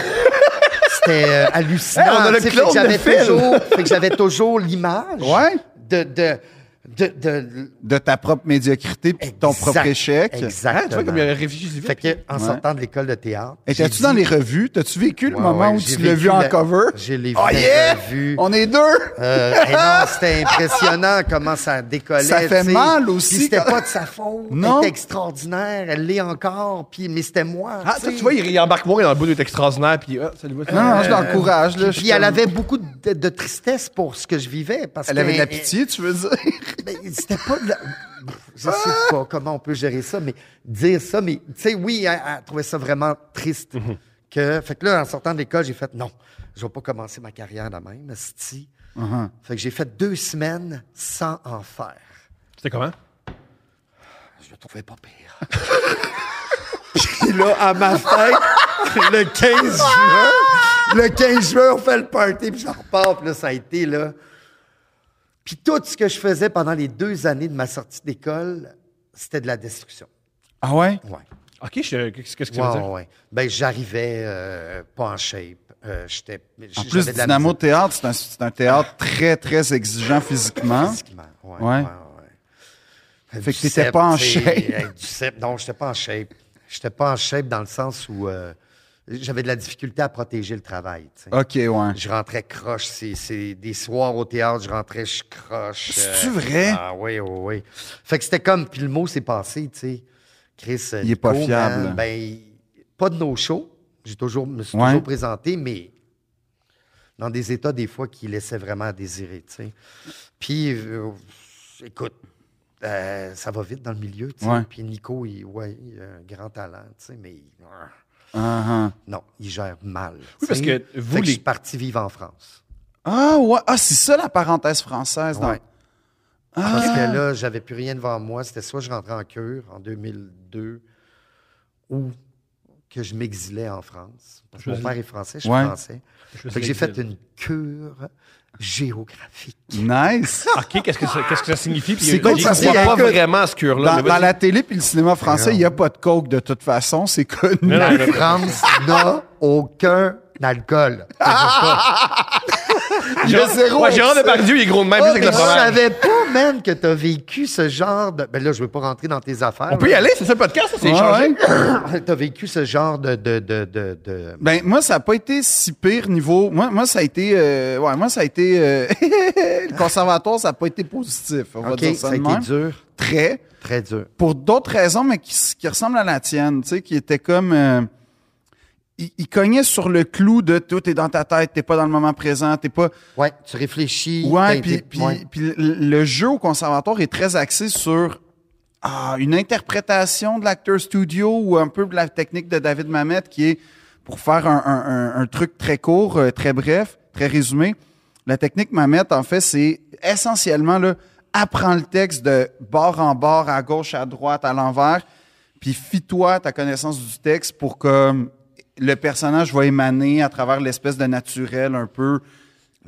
D: C'était euh, hallucinant.
C: Hey, on a le
D: tu sais, fait
C: clone
D: que
C: de
D: j'avais
C: Phil.
D: toujours, fait que j'avais toujours l'image
B: Ouais.
D: de, de, de, de-
B: De ta propre médiocrité puis de ton
D: Exact.
B: propre échec.
D: Exactement.
C: Hein, tu vois comme il a réfléchi vite.
D: Fait que, en
B: Ouais.
D: sortant de l'école de théâtre.
B: Étais-tu
D: j'ai
B: dans
D: dit-
B: les revues? T'as-tu vécu le
D: Ouais,
B: moment
D: ouais,
B: où
D: j'ai
B: tu l'as
D: vécu
B: vu en
D: la-
B: cover?
D: Je l'ai vu
B: Oh
D: dans
B: yeah!
D: les revues.
B: On est deux!
D: Euh, hey non, c'était impressionnant comment ça décollait.
B: Ça fait
D: tu sais.
B: mal aussi
D: Puis c'était
B: quand-
D: pas de sa faute.
B: Non.
D: Elle était extraordinaire. Elle l'est encore. Puis, mais c'était moi.
C: Ah,
D: tu
C: toi,
D: sais.
C: tu vois, il il embarque moi dans le bout d'être extraordinaire, puis ah, ça lui va.
B: Non, non, je l'encourage. là, je
D: euh, Puis
B: suis
D: elle
B: comme-
D: avait beaucoup de, de tristesse pour ce que je vivais. Parce
B: Elle avait de la
D: que- eh,
B: pitié, tu veux dire?
D: Ben, c'était pas de la- Je sais pas comment on peut gérer ça, mais dire ça, mais tu sais, oui, elle, elle trouvait ça vraiment triste.
B: Mhm.
D: que, fait que là, en sortant de l'école, j'ai fait non, je vais pas commencer ma carrière de même, esti.
B: Uh-huh.
D: Fait que j'ai fait deux semaines sans en faire.
C: C'était comment?
D: Je le trouvais pas pire. Puis là, à ma fête, le 15 juin, Ah! le 15 juin, on fait le party, puis ça repart, puis là, ça a été, là. Puis tout ce que je faisais pendant les deux années de ma sortie d'école, c'était de la destruction.
B: Ah ouais?
D: Ouais.
C: Ok, je- qu'est-ce qu'est-ce que tu
D: Ouais,
C: veux dire?
D: ouais, ouais. Ben, j'arrivais euh, pas en shape. Euh, J'étais.
B: En plus, Dynamo Théâtre, c'est un, c'est un théâtre très, très exigeant physiquement.
D: Physiquement, ouais.
B: Ouais.
D: ouais.
B: Fait
D: ouais, Du
B: que t'étais
D: cep,
B: pas en
D: tu sais,
B: shape.
D: avec du cep. non, j'étais pas en shape. J'étais pas en shape dans le sens où euh, j'avais de la difficulté à protéger le travail. tu sais.
B: OK, ouais.
D: Je rentrais croche. C'est, c'est des soirs au théâtre, je rentrais, je croche.
B: C'est-tu vrai?
D: Ah oui, oui, oui. Fait que c'était comme, puis le mot s'est passé, tu sais. Chris, euh,
B: Il est pas
D: Nico,
B: fiable.
D: man, ben, il- pas de nos shows. J'ai toujours, me suis
B: Ouais.
D: toujours présenté, mais dans des états, des fois, qui laissaient vraiment à désirer, tu sais. Puis, euh, écoute, euh, ça va vite dans le milieu, tu sais.
B: Ouais.
D: Puis Nico, il, ouais, il a un grand talent, tu sais, mais... il-
B: Ah, ah.
D: Non, il gère mal.
C: Oui, parce
D: tu sais.
C: que vous,
D: Fait
C: les-
D: Je suis parti vivre en France.
B: Ah, ouais. Ah, c'est ça la parenthèse française. Dans...
D: Ouais. Parce que là, j'avais plus rien devant moi. C'était soit je rentrais en cure en 2002 ou que je m'exilais en France. Parce que mon
C: Choisis.
D: père est français, je suis
B: Ouais.
D: français.
C: Je
D: Fait que j'ai fait une cure géographique.
B: Nice.
C: Ok, qu'est-ce que ça, qu'est-ce que ça signifie? Puis
B: C'est
C: il-
B: cool,
C: il
B: ça,
C: croit
B: c'est-
C: pas
B: écoute,
C: vraiment à ce cure-là.
B: Dans,
C: mais
B: dans
C: vas-y.
B: la télé puis le cinéma français, il n'y a pas de coke de toute façon. C'est connu.
C: Non, non,
D: La
C: non.
D: France n'a aucun alcool.
C: Gérard-
B: zéro
C: Ouais, Gérard Depardieu, il est gros de même, plus
D: Oh,
C: avec
D: mais
C: la
D: je
C: première.
D: savais pas même que tu as vécu ce genre de... Ben là, je veux pas rentrer dans tes affaires.
C: On peut y aller, c'est ça le podcast, ça, c'est
B: Ouais,
C: échangé.
D: Tu as vécu ce genre de... de, de, de, de-
B: Ben moi ça a pas été si pire niveau moi moi ça a été euh, ouais moi ça a été euh, le conservatoire ça a pas été positif on va
D: OK,
B: dire ça,
D: ça a
B: de
D: été
B: même.
D: dur,
B: très
D: très dur.
B: pour d'autres raisons mais qui, s- qui ressemblent à la tienne tu sais qui était comme euh, il, il cognait sur le clou de tout est dans ta tête t'es pas dans le moment présent t'es pas
D: Ouais, tu réfléchis.
B: Ouais,
D: t'es-
B: puis,
D: t'es-
B: puis,
D: ouais.
B: puis le- le jeu au conservatoire est très axé sur ah, une interprétation de l'acteur studio ou un peu de la technique de David Mamet qui est, pour faire un, un- un- un truc très court, euh, très bref, très résumé, la technique Mamet, en fait, c'est essentiellement, là, apprends le texte de bord en bord, à gauche, à droite, à l'envers, puis fie-toi à ta connaissance du texte pour que le personnage va émaner à travers l'espèce de naturel un peu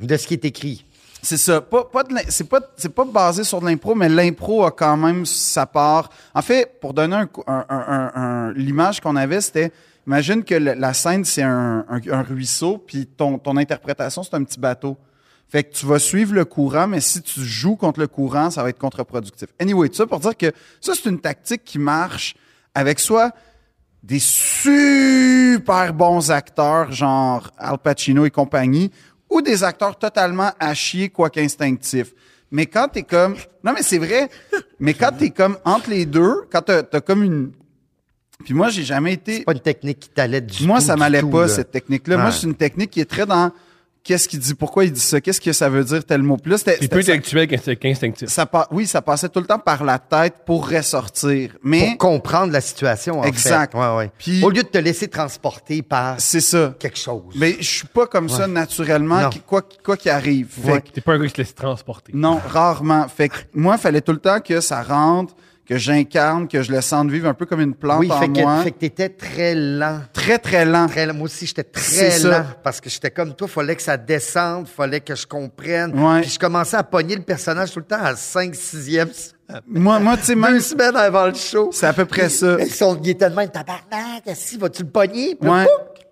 D: de ce qui est écrit.
B: c'est ça. Pas, pas de l'in- c'est pas, c'est pas basé sur de l'impro, mais l'impro a quand même sa part. En fait, pour donner un, cou- un- un- un- un- l'image qu'on avait, c'était, imagine que le- la scène, c'est un, un- un ruisseau, puis ton, ton interprétation, c'est un petit bateau. Fait que tu vas suivre le courant, mais si tu joues contre le courant, ça va être contre-productif. Anyway, tout ça pour dire que ça, c'est une tactique qui marche avec soit des super bons acteurs, genre Al Pacino et compagnie, ou des acteurs totalement à chier, quoique instinctifs. Mais quand t'es comme, non mais c'est vrai, mais quand t'es comme entre les deux, quand t'as t'as comme une, puis moi j'ai jamais été,
D: Pas une technique qui t'allait du
B: moi
D: tout,
B: ça
D: du
B: m'allait
D: tout,
B: pas
D: là.
B: cette technique-là. Moi
D: Ouais.
B: c'est une technique qui est très dans qu'est-ce qu'il dit, pourquoi il dit ça, qu'est-ce que ça veut dire tel mot. Puis là, c'était-
C: C'est plus
B: c'était-
C: intellectuel qu'inst- qu'instinctif.
B: ça pa- oui, ça passait tout le temps par la tête pour ressortir. Mais
D: Pour comprendre la situation, en
B: Exact.
D: fait. Ouais, ouais.
B: Puis-
D: Au lieu de te laisser transporter par
B: c'est ça.
D: quelque chose.
B: Mais je suis pas comme ça naturellement,
D: Non.
B: qui- quoi quoi qu'il arrive. Fait
D: Ouais.
B: que-
C: T'es pas un gars qui se laisse transporter.
D: Mm.
B: non, rarement. Fait que moi, fallait tout le temps que ça rentre, que j'incarne, que je le sente vivre un peu comme une plante
D: oui,
B: en
D: fait
B: moi.
D: que, fait que t'étais très lent.
B: Très, très lent.
D: Très lent. Moi aussi, j'étais très
B: C'est ça.
D: lent parce que j'étais comme toi. Fallait que ça descende, fallait que je comprenne.
B: Ouais.
D: Puis je commençais à pogner le personnage tout le temps à 5, 6e.
B: Moi, moi, tu sais, même,
D: Deux semaines avant le show.
B: c'est à peu près ça.
D: Ils sont, il était de même, tabarnak, si, vas-tu le pogner? Puis là,
B: Euh. Ouais.
D: pouc!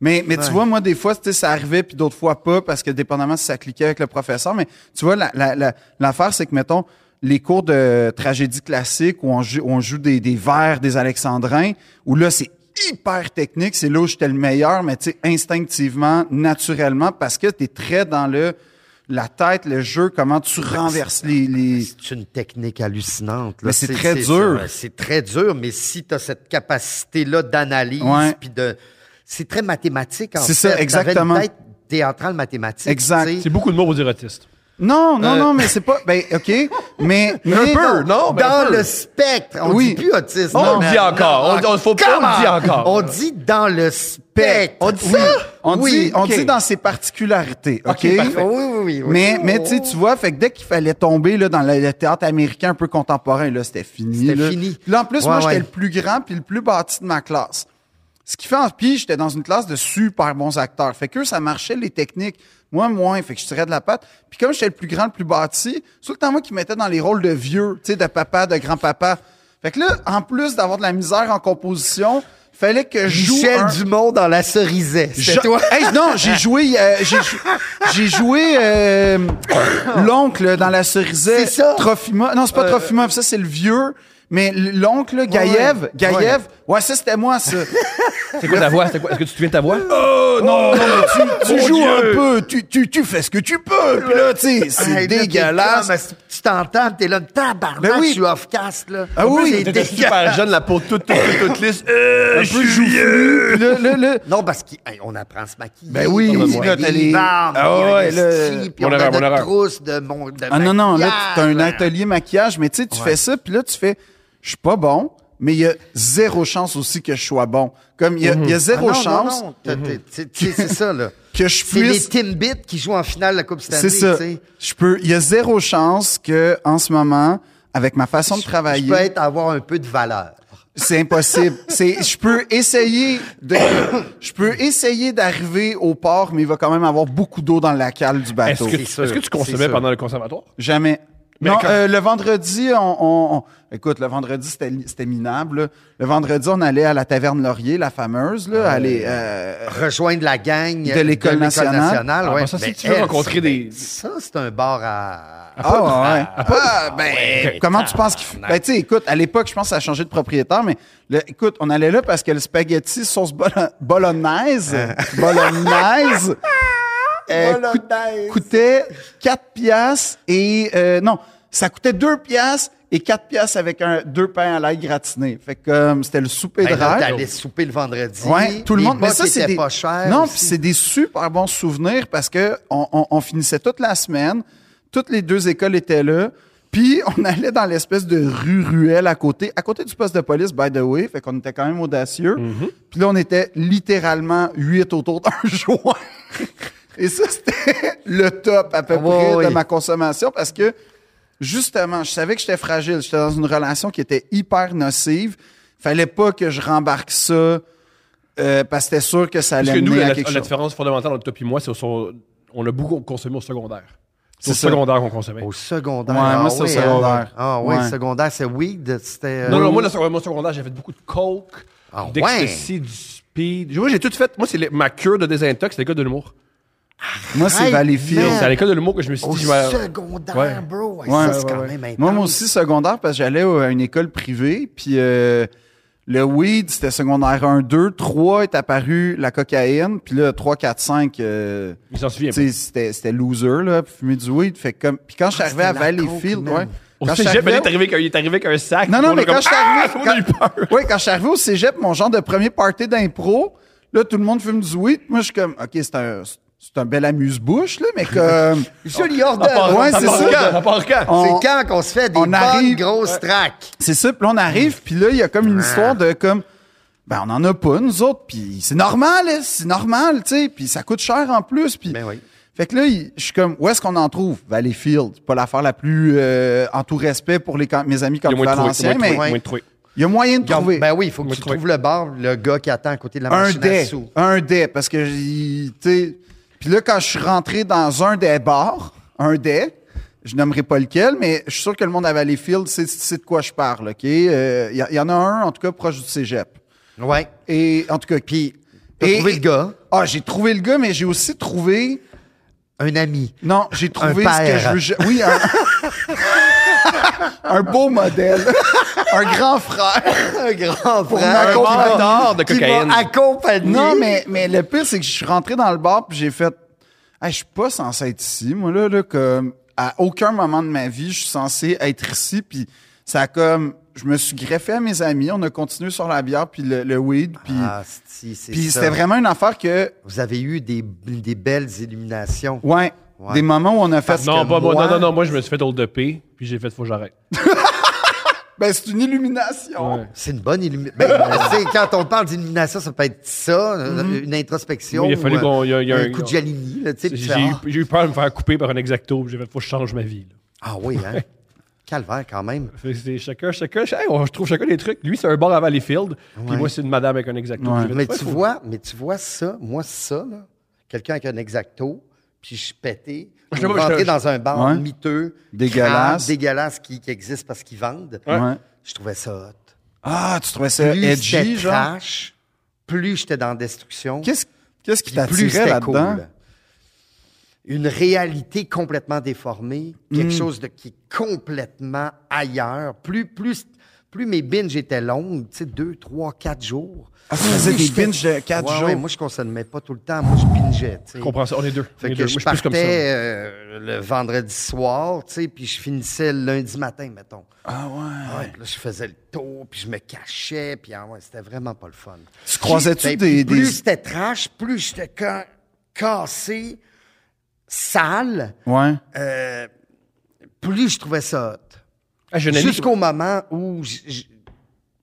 B: Mais, mais
D: Ouais.
B: tu vois, moi, des fois, tu sais, ça arrivait, puis d'autres fois pas, parce que dépendamment si ça cliquait avec le professeur. Mais tu vois, l'affaire, la, la, l'affaire, c'est que, mettons, les cours de tragédie classique où on, joue- on joue des, des vers des Alexandrins, où là, c'est hyper technique, c'est là où j'étais le meilleur, mais tu sais, instinctivement, naturellement, parce que t'es très dans le la tête, le jeu, comment tu renverses les... les...
D: C'est une technique hallucinante. là.
B: Mais c'est très dur.
D: ouais, C'est très dur, mais si tu as cette capacité-là d'analyse,
B: Ouais.
D: puis de. C'est très mathématique, en fait.
B: C'est ça,
D: T'avais
B: exactement.
D: Une tête théâtrale mathématique.
B: Exact.
D: tu sais.
C: C'est beaucoup de mots aux érotistes.
B: Non, non,
D: Euh.
B: non, mais c'est pas... Ben, OK, mais... mais
C: peu, non, ben, un
D: dans
C: peu.
D: le spectre. On
B: Oui.
D: dit plus autisme.
C: On
D: Non,
C: le
D: mais-
C: dit encore.
D: non,
C: On- on- faut pas, on le
D: come
C: dit
D: on.
C: encore.
D: On dit dans le spectre. On dit
B: Oui, on,
D: Oui,
B: dit, on
D: ok.
B: dit dans ses particularités, OK?
C: Ok, parfait.
D: Oui, oui, oui, oui.
B: Mais,
D: Oh.
B: mais tu sais, tu vois, fait que dès qu'il fallait tomber là, dans le, le théâtre américain un peu contemporain, là, c'était fini.
D: C'était
B: là.
D: fini.
B: Puis là, en plus,
D: Ouais,
B: moi, j'étais
D: ouais.
B: le plus grand puis le plus bâti de ma classe. Ce qui fait en pis, j'étais dans une classe de super bons acteurs. Fait que eux, ça marchait les techniques. Moi, moins. Fait que je tirais de la patte. Puis comme j'étais le plus grand, le plus bâti, c'est tout le temps moi qui mettais dans les rôles de vieux, tu sais, de papa, de grand-papa. Fait que là, en plus d'avoir de la misère en composition, fallait que je joue
D: Michel
B: un-
D: Dumont dans la cerisaie.
B: je-
D: C'est toi.
B: Hey, non, j'ai joué, euh, j'ai jou- j'ai joué euh, l'oncle dans la cerisaie.
D: C'est ça? Euh,
B: Trofima. Non, c'est pas Trofima, ça c'est le vieux. Mais l'oncle Gaïev,
D: ouais.
B: Gaïev, ouais, ça c'était moi ça.
C: C'est quoi ta voix? C'est quoi- Est-ce que tu te souviens de ta voix?
B: Oh non, non, mais tu, tu
C: Mon
B: joues
C: Dieu.
B: un peu, tu, tu, tu fais ce que tu peux. Puis là, tu sais, c'est
D: Hey, Ah, là, t'es
B: dégueulasse.
D: comme, si Tu t'entends, t'es là, tabarnak,
B: Ben oui.
D: je suis off-cast, là.
B: Ah
D: En
B: oui,
D: plus, c'est
C: T'étais super
D: dégueulasse.
C: jeune, la peau toute, toute, toute, toute lisse.
B: Un
C: Euh,
B: peu
C: je suis
B: joufflu. Puis là, là, là,
D: Non, parce qu'on apprend à se maquiller.
B: Ben oui,
D: on
B: là,
D: met
B: t'as
D: des
B: les-
D: barbes,
B: Ah ouais,
D: puis un
B: là.
D: esti, puis
C: Mon
D: on a
C: erreur, mon
D: notre
C: erreur.
D: trousse de mon de
B: Ah non, non, là, t'as un
D: maquillage.
B: atelier maquillage, mais tu sais, tu fais ça, puis là, tu fais, je suis pas bon, mais il y a zéro chance aussi que je sois bon. Comme, il y, a- il y a
D: Ah
B: zéro
D: non, non,
B: chance
D: non, t'as- t'es- t'sais, t'sais, C'est ça, là.
B: Mhm. que je
D: C'est les
B: puisse...
D: Timbits qui jouent en finale de la Coupe Stanley.
B: C'est ça.
D: t'sais.
B: Je peux... Il y a zéro chance que, en ce moment, avec ma façon de
D: Je peux
B: travailler,
D: être avoir un peu de valeur.
B: c'est impossible. C'est, je peux essayer de, je peux essayer d'arriver au port, mais il va quand même avoir beaucoup d'eau dans la cale du
C: Est-ce
B: bateau.
C: que,
D: C'est sûr,
C: est-ce que tu
D: c'est
C: consommais
D: sûr.
C: pendant le conservatoire?
B: Jamais.
C: Mais
B: non,
C: quand-
B: euh, le vendredi, on, on- on- écoute, le vendredi c'était, c'était minable. là. Le vendredi, on allait à la taverne Laurier, la fameuse, là, aller. euh,
D: Rejoindre la gang
B: De l'École nationale.
C: Ah,
D: ouais.
C: ben ça, si
D: Ben,
C: tu veux
D: elle,
C: rencontrer
D: c'est-
C: des-
D: ben, Ça, c'est un bar à...
B: ah, ouais. Ah, ben,
D: ouais.
B: comment tu penses qu'il fait? Ben, tu sais, écoute, à l'époque, je pense que ça a changé de propriétaire, mais le- écoute, on allait là parce que le spaghetti sauce bolo- bolognaise, bolognaise, euh, coûte-
D: Bolognaise.
B: coûtait 4 piastres et, euh, non, ça coûtait 2 piastres et 4 piastres avec un, deux pains à l'ail gratiné. Fait que, euh, c'était le souper
D: Ben,
B: de
D: là,
B: rêve.
D: t'allais souper le vendredi.
B: Ouais, tout le
D: Les
B: monde. Mais
D: bocs
B: ça, c'est
D: étaient
B: des.
D: pas cher
B: non,
D: aussi.
B: puis c'est des super bons souvenirs parce que on, on- on finissait toute la semaine, toutes les deux écoles étaient là, puis on allait dans l'espèce de rue ruelle à côté, à côté du poste de police, by the way, fait qu'on était quand même audacieux. Puis là, on était littéralement huit autour d'un joint. Et ça, c'était le top à peu
D: Ouais,
B: près de
D: ouais.
B: ma consommation parce que justement, je savais que j'étais fragile. J'étais dans une relation qui était hyper nocive. Fallait pas que je rembarque ça euh, parce que c'était sûr que ça
C: Parce
B: allait
C: que nous,
B: mener
C: la,
B: à
C: la-
B: quelque
C: la
B: chose.
C: différence fondamentale entre toi et moi, c'est qu'on on a beaucoup consommé au secondaire. C'est au
B: C'est ça.
C: secondaire qu'on consommait.
D: Au secondaire.
B: Ouais,
D: ah
B: moi, c'est au
D: oui, hein.
B: secondaire.
D: Ah oui,
B: Ouais.
D: secondaire, c'est weed. C'était.
C: Non,
D: euh,
C: non, moi, le secondaire, mon secondaire, j'ai fait beaucoup de coke,
D: Ah ouais?
C: d'ecstasy, du speed. Moi, j'ai tout fait. Moi, c'est le- ma cure de désintox, c'est l'école de l'humour.
B: Moi, c'est
D: Arrête,
B: Valleyfield.
D: man.
C: C'est à l'école de l'humour que je me suis
D: Au
C: dit, je vais-
D: secondaire,
C: Ouais.
D: bro.
B: Ouais,
D: Ouais, ça, c'est
B: ouais,
D: quand
B: ouais.
D: même intense.
B: Moi, moi aussi, secondaire, parce que j'allais au- à une école privée, puis euh, le weed, c'était secondaire 1, 2. 3 est apparu la cocaïne, puis là, 3, 4, 5, euh,
C: Ils s'en souviennent.
B: tu sais, c'était c'était loser, là, puis fumer du weed. Fait que comme... Puis quand je suis
D: Ah,
B: arrivé à
D: c'était la coke,
B: Valleyfield,
D: man.
B: ouais...
C: Au
B: quand je suis
C: cégep,
B: arrivé
C: il
B: à-
C: est arrivé avec un- il est arrivé avec un sac.
B: Non,
C: tout le
B: non,
C: monde
B: mais
C: est comme,
B: quand je suis
C: Ah,
B: arrivé.
C: tout le monde a eu
B: quand-
C: peur.
B: Oui, quand je suis arrivé au cégep, mon genre de premier party d'impro, là, tout le monde fume du weed. Moi, je suis comme, OK, c'est un, c'est un bel amuse-bouche, là, mais comme.
D: Je lui ordonne.
B: ouais,
C: à
B: c'est
C: part
B: ça.
C: quand? À part quand?
B: On-
D: C'est quand qu'on se fait des
B: on
D: bonnes
B: arrive-
D: grosses tracks.
B: C'est ça, puis là, on arrive, puis là, il y a comme une histoire de comme ben on en a pas nous autres, puis c'est normal, hein, c'est normal, tu sais, puis ça coûte cher en plus, puis
D: Ben oui.
B: fait que là, il- je suis comme où est-ce qu'on en trouve Valleyfield, pas l'affaire la plus euh, en tout respect pour les cam- mes
C: Il
B: amis
C: y
B: comme
C: a moins de trouver,
B: Valenciennes, mais
C: moins de trouver, moins de trouver.
B: il y a moyen de
D: Garde-
B: trouver
D: Ben oui, il faut que
C: Moi,
D: tu
C: je trouvais-
D: trouves le bar, le gars qui attend à côté de la
B: un
D: machine à
B: dé,
D: sous.
B: un dé, parce que j'y- tu sais, puis là quand je suis rentré dans un des bars, un dé. Je nommerai pas lequel, mais je suis sûr que le monde à Valleyfield sait, sait de quoi je parle, OK? Euh, Il y, a- il y en a un, en tout cas, proche du cégep.
D: Ouais.
B: Et en tout cas, puis
D: T'as
B: et-
D: trouvé le gars,
B: Ah, j'ai trouvé le gars, mais j'ai aussi trouvé.
D: un ami.
B: Non, j'ai trouvé
D: Un
B: ce que
D: père.
B: je veux. ja- Oui, un. un beau modèle, un grand frère.
D: un grand
B: ma
D: frère.
B: compagnie.
D: qui va-
C: vendeur de
D: qui
C: cocaïne.
D: va accompagner.
B: Non, mais mais le pire c'est que je suis rentré dans le bar puis j'ai fait. Hey, je suis pas censé être ici, moi là, là comme à aucun moment de ma vie je suis censé être ici puis ça a comme je me suis greffé à mes amis, on a continué sur la bière puis le, le weed puis
D: Ah, c'ti, c'est
B: puis
D: ça.
B: c'était vraiment une affaire que
D: Vous avez eu des, des belles illuminations.
B: ouais,
D: Ouais.
B: des moments où on a fait
C: Non,
D: que
C: pas moi.
D: moi-
C: Non, non, non, moi, je me suis fait hold de P, puis j'ai fait, faut que j'arrête.
B: ben c'est une illumination.
C: Ouais.
D: C'est une bonne illumination. quand on parle d'illumination, ça peut être ça, euh,
B: Mm-hmm.
D: une introspection.
C: Oui, il a fallu
D: ou, euh,
C: qu'on- il y a- il y a
D: un,
C: un-
D: coup de Jalini. Là, tu sais,
C: J'ai
D: puis
C: j'ai
D: tu fais,
C: eu,
D: ah,
C: j'ai eu peur de me faire couper par un exacto, puis j'ai fait, faut que je change ma vie. là.
D: ah oui, hein? Calvaire quand même.
C: Fait que c'est chacun, chacun, hey, on retrouve chacun des trucs. Lui, c'est un bar à Valleyfield, puis moi, c'est une madame avec un exacto.
B: Ouais.
C: J'ai fait,
D: Mais
C: ouais,
D: tu
C: faut-
D: vois, mais tu vois ça, moi ça, là, quelqu'un avec un exacto, puis je suis pété,
C: Je
D: je
C: sais pas, je-
D: rentrer dans un bar
B: Ouais.
D: miteux,
B: Dégueulasse.
D: crade, dégueulasse qui, qui existe parce qu'ils vendent.
C: Ouais.
B: Ouais.
D: Je trouvais ça hot.
B: Ah, tu trouvais ça
D: Plus
B: edgy,
D: j'étais
B: genre?
D: trash, plus j'étais dans la destruction.
B: Qu'est-ce qu'est-ce qui
D: Puis plus
B: t'attirait
D: c'était
B: là-dedans?
D: cool. Une réalité complètement déformée, quelque
B: Hmm.
D: chose de, qui est complètement ailleurs. Plus, plus, plus mes binges étaient longues, tu sais, deux, trois, quatre jours.
B: Ah, tu faisais
D: Plus
B: des
D: j'étais-
B: binges de quatre
D: Ouais,
B: jours.
D: ouais, moi, je consommais pas tout le temps. Moi, je bingeais, tu sais.
C: Je comprends ça, on est deux. On
D: Fait
C: est
D: que
C: deux.
D: je
C: Moi, je suis plus
D: partais
C: comme ça.
D: euh, le vendredi soir, tu sais, puis je finissais le lundi matin, mettons.
B: Ah ouais.
D: Ouais, puis là, je faisais le tour, puis je me cachais, puis ah ouais, c'était vraiment pas le fun.
B: Tu croisais-tu
D: Ben,
B: des,
D: puis Plus
B: des...
D: c'était trash, plus j'étais ca- cassé, sale,
B: Ouais.
D: euh, plus je trouvais ça hot.
C: Ah, j'ai un ami qui-
D: Jusqu'au moment où j- j-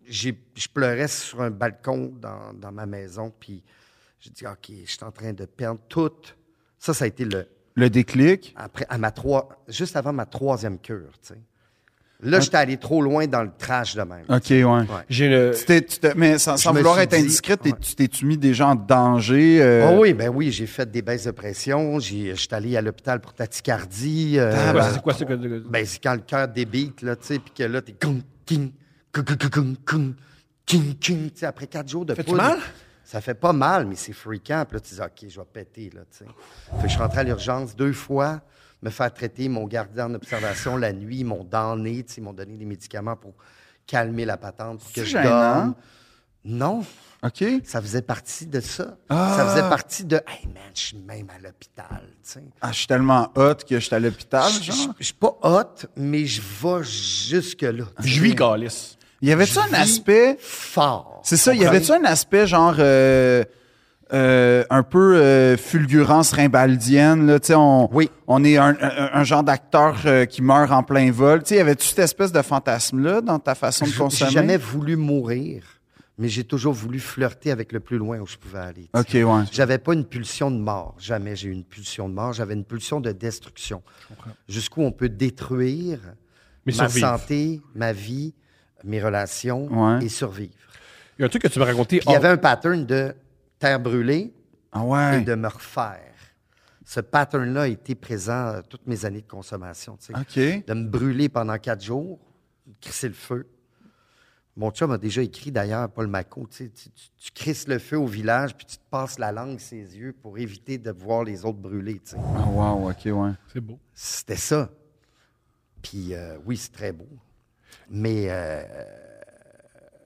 D: j'ai- je pleurais sur un balcon dans, dans ma maison, puis j'ai dit, OK, je suis en train de perdre tout. Ça, ça a été le...
B: Le déclic.
D: Après, à ma trois, juste avant ma troisième cure, tu sais. Là, j'étais allé trop loin dans le trash de même.
B: OK, ouais.
C: J'ai le.
B: Tu t'es- tu te- mais sans, sans
D: Je me
B: vouloir
D: suis
B: être
D: dit-
B: indiscret, t'es-
D: ouais.
B: tu t'es-tu mis des gens en danger?
D: Ah
B: euh,
D: oui, ben oui, j'ai fait des baisses de pression. J'ai- J'étais allé à l'hôpital pour tachycardie. euh,
C: Ouais, c'est quoi, c'est que-
D: ben, c'est quand le cœur débite, là, tu sais, puis que là, t'es gung, king, gung, gung, gung, gung, king, king, tu sais, après quatre jours de
C: Fais-tu
D: poudre.
C: mal?
D: Ça fait pas mal, mais c'est fréquent. Puis là, tu dis, OK, je vais péter, là, tu sais. Fait que je suis rentré à l'urgence deux fois, me faire traiter, mon gardien en observation la nuit, ils m'ont damné, tu sais, ils m'ont donné des médicaments pour calmer la patente, pour que
B: C'est
D: je
B: gênant.
D: dorme. Non,
B: OK.
D: ça faisait partie de ça.
B: Ah!
D: Ça faisait partie de Hey man, je suis même à l'hôpital. tu sais. Ah,
B: Ah, je suis tellement hot que je suis à l'hôpital,
D: Je je-
B: genre.
D: je suis pas hot, mais je vais jusque-là.
B: Ah.
D: tu sais.
C: Je vis Galis.
B: Y avait-tu un
D: vis
B: aspect...
D: Fort.
B: C'est ça, y
D: Comprends?
B: avait-tu un aspect genre... euh, euh, un peu euh, fulgurance rimbaldienne là tu sais on
D: Oui.
B: on est un, un- un genre d'acteur euh, qui meurt en plein vol tu sais y avait-tu cette espèce de fantasme là dans ta façon de
D: Je- J'ai
B: consommer
D: jamais voulu mourir, mais j'ai toujours voulu flirter avec le plus loin où je pouvais aller. tu
B: OK
D: sais.
B: ouais
D: J'avais pas une pulsion de mort. Jamais j'ai eu une pulsion de mort. J'avais une pulsion de destruction. Jusqu'où on peut détruire
C: Mais
D: ma
C: survivre.
D: santé, ma vie, mes relations
B: Ouais. Oh.
D: et survivre.
C: Il y a un truc que tu m'as raconté. ah,
D: Puis il y avait un pattern de terre brûlée
B: Ah
D: et
B: ouais.
D: de me refaire. Ce pattern-là a été présent euh, toutes mes années de consommation. tu sais.
B: OK.
D: De me brûler pendant quatre jours, crisser le feu. Mon chum a déjà écrit d'ailleurs, Paul Maco, tu, sais, tu, tu- tu crisses le feu au village, puis tu te passes la langue ses yeux pour éviter de voir les autres brûler. tu sais.
B: Ah wow, OK, ouais.
C: C'est beau.
D: C'était ça. Puis euh, oui, c'est très beau. Mais euh,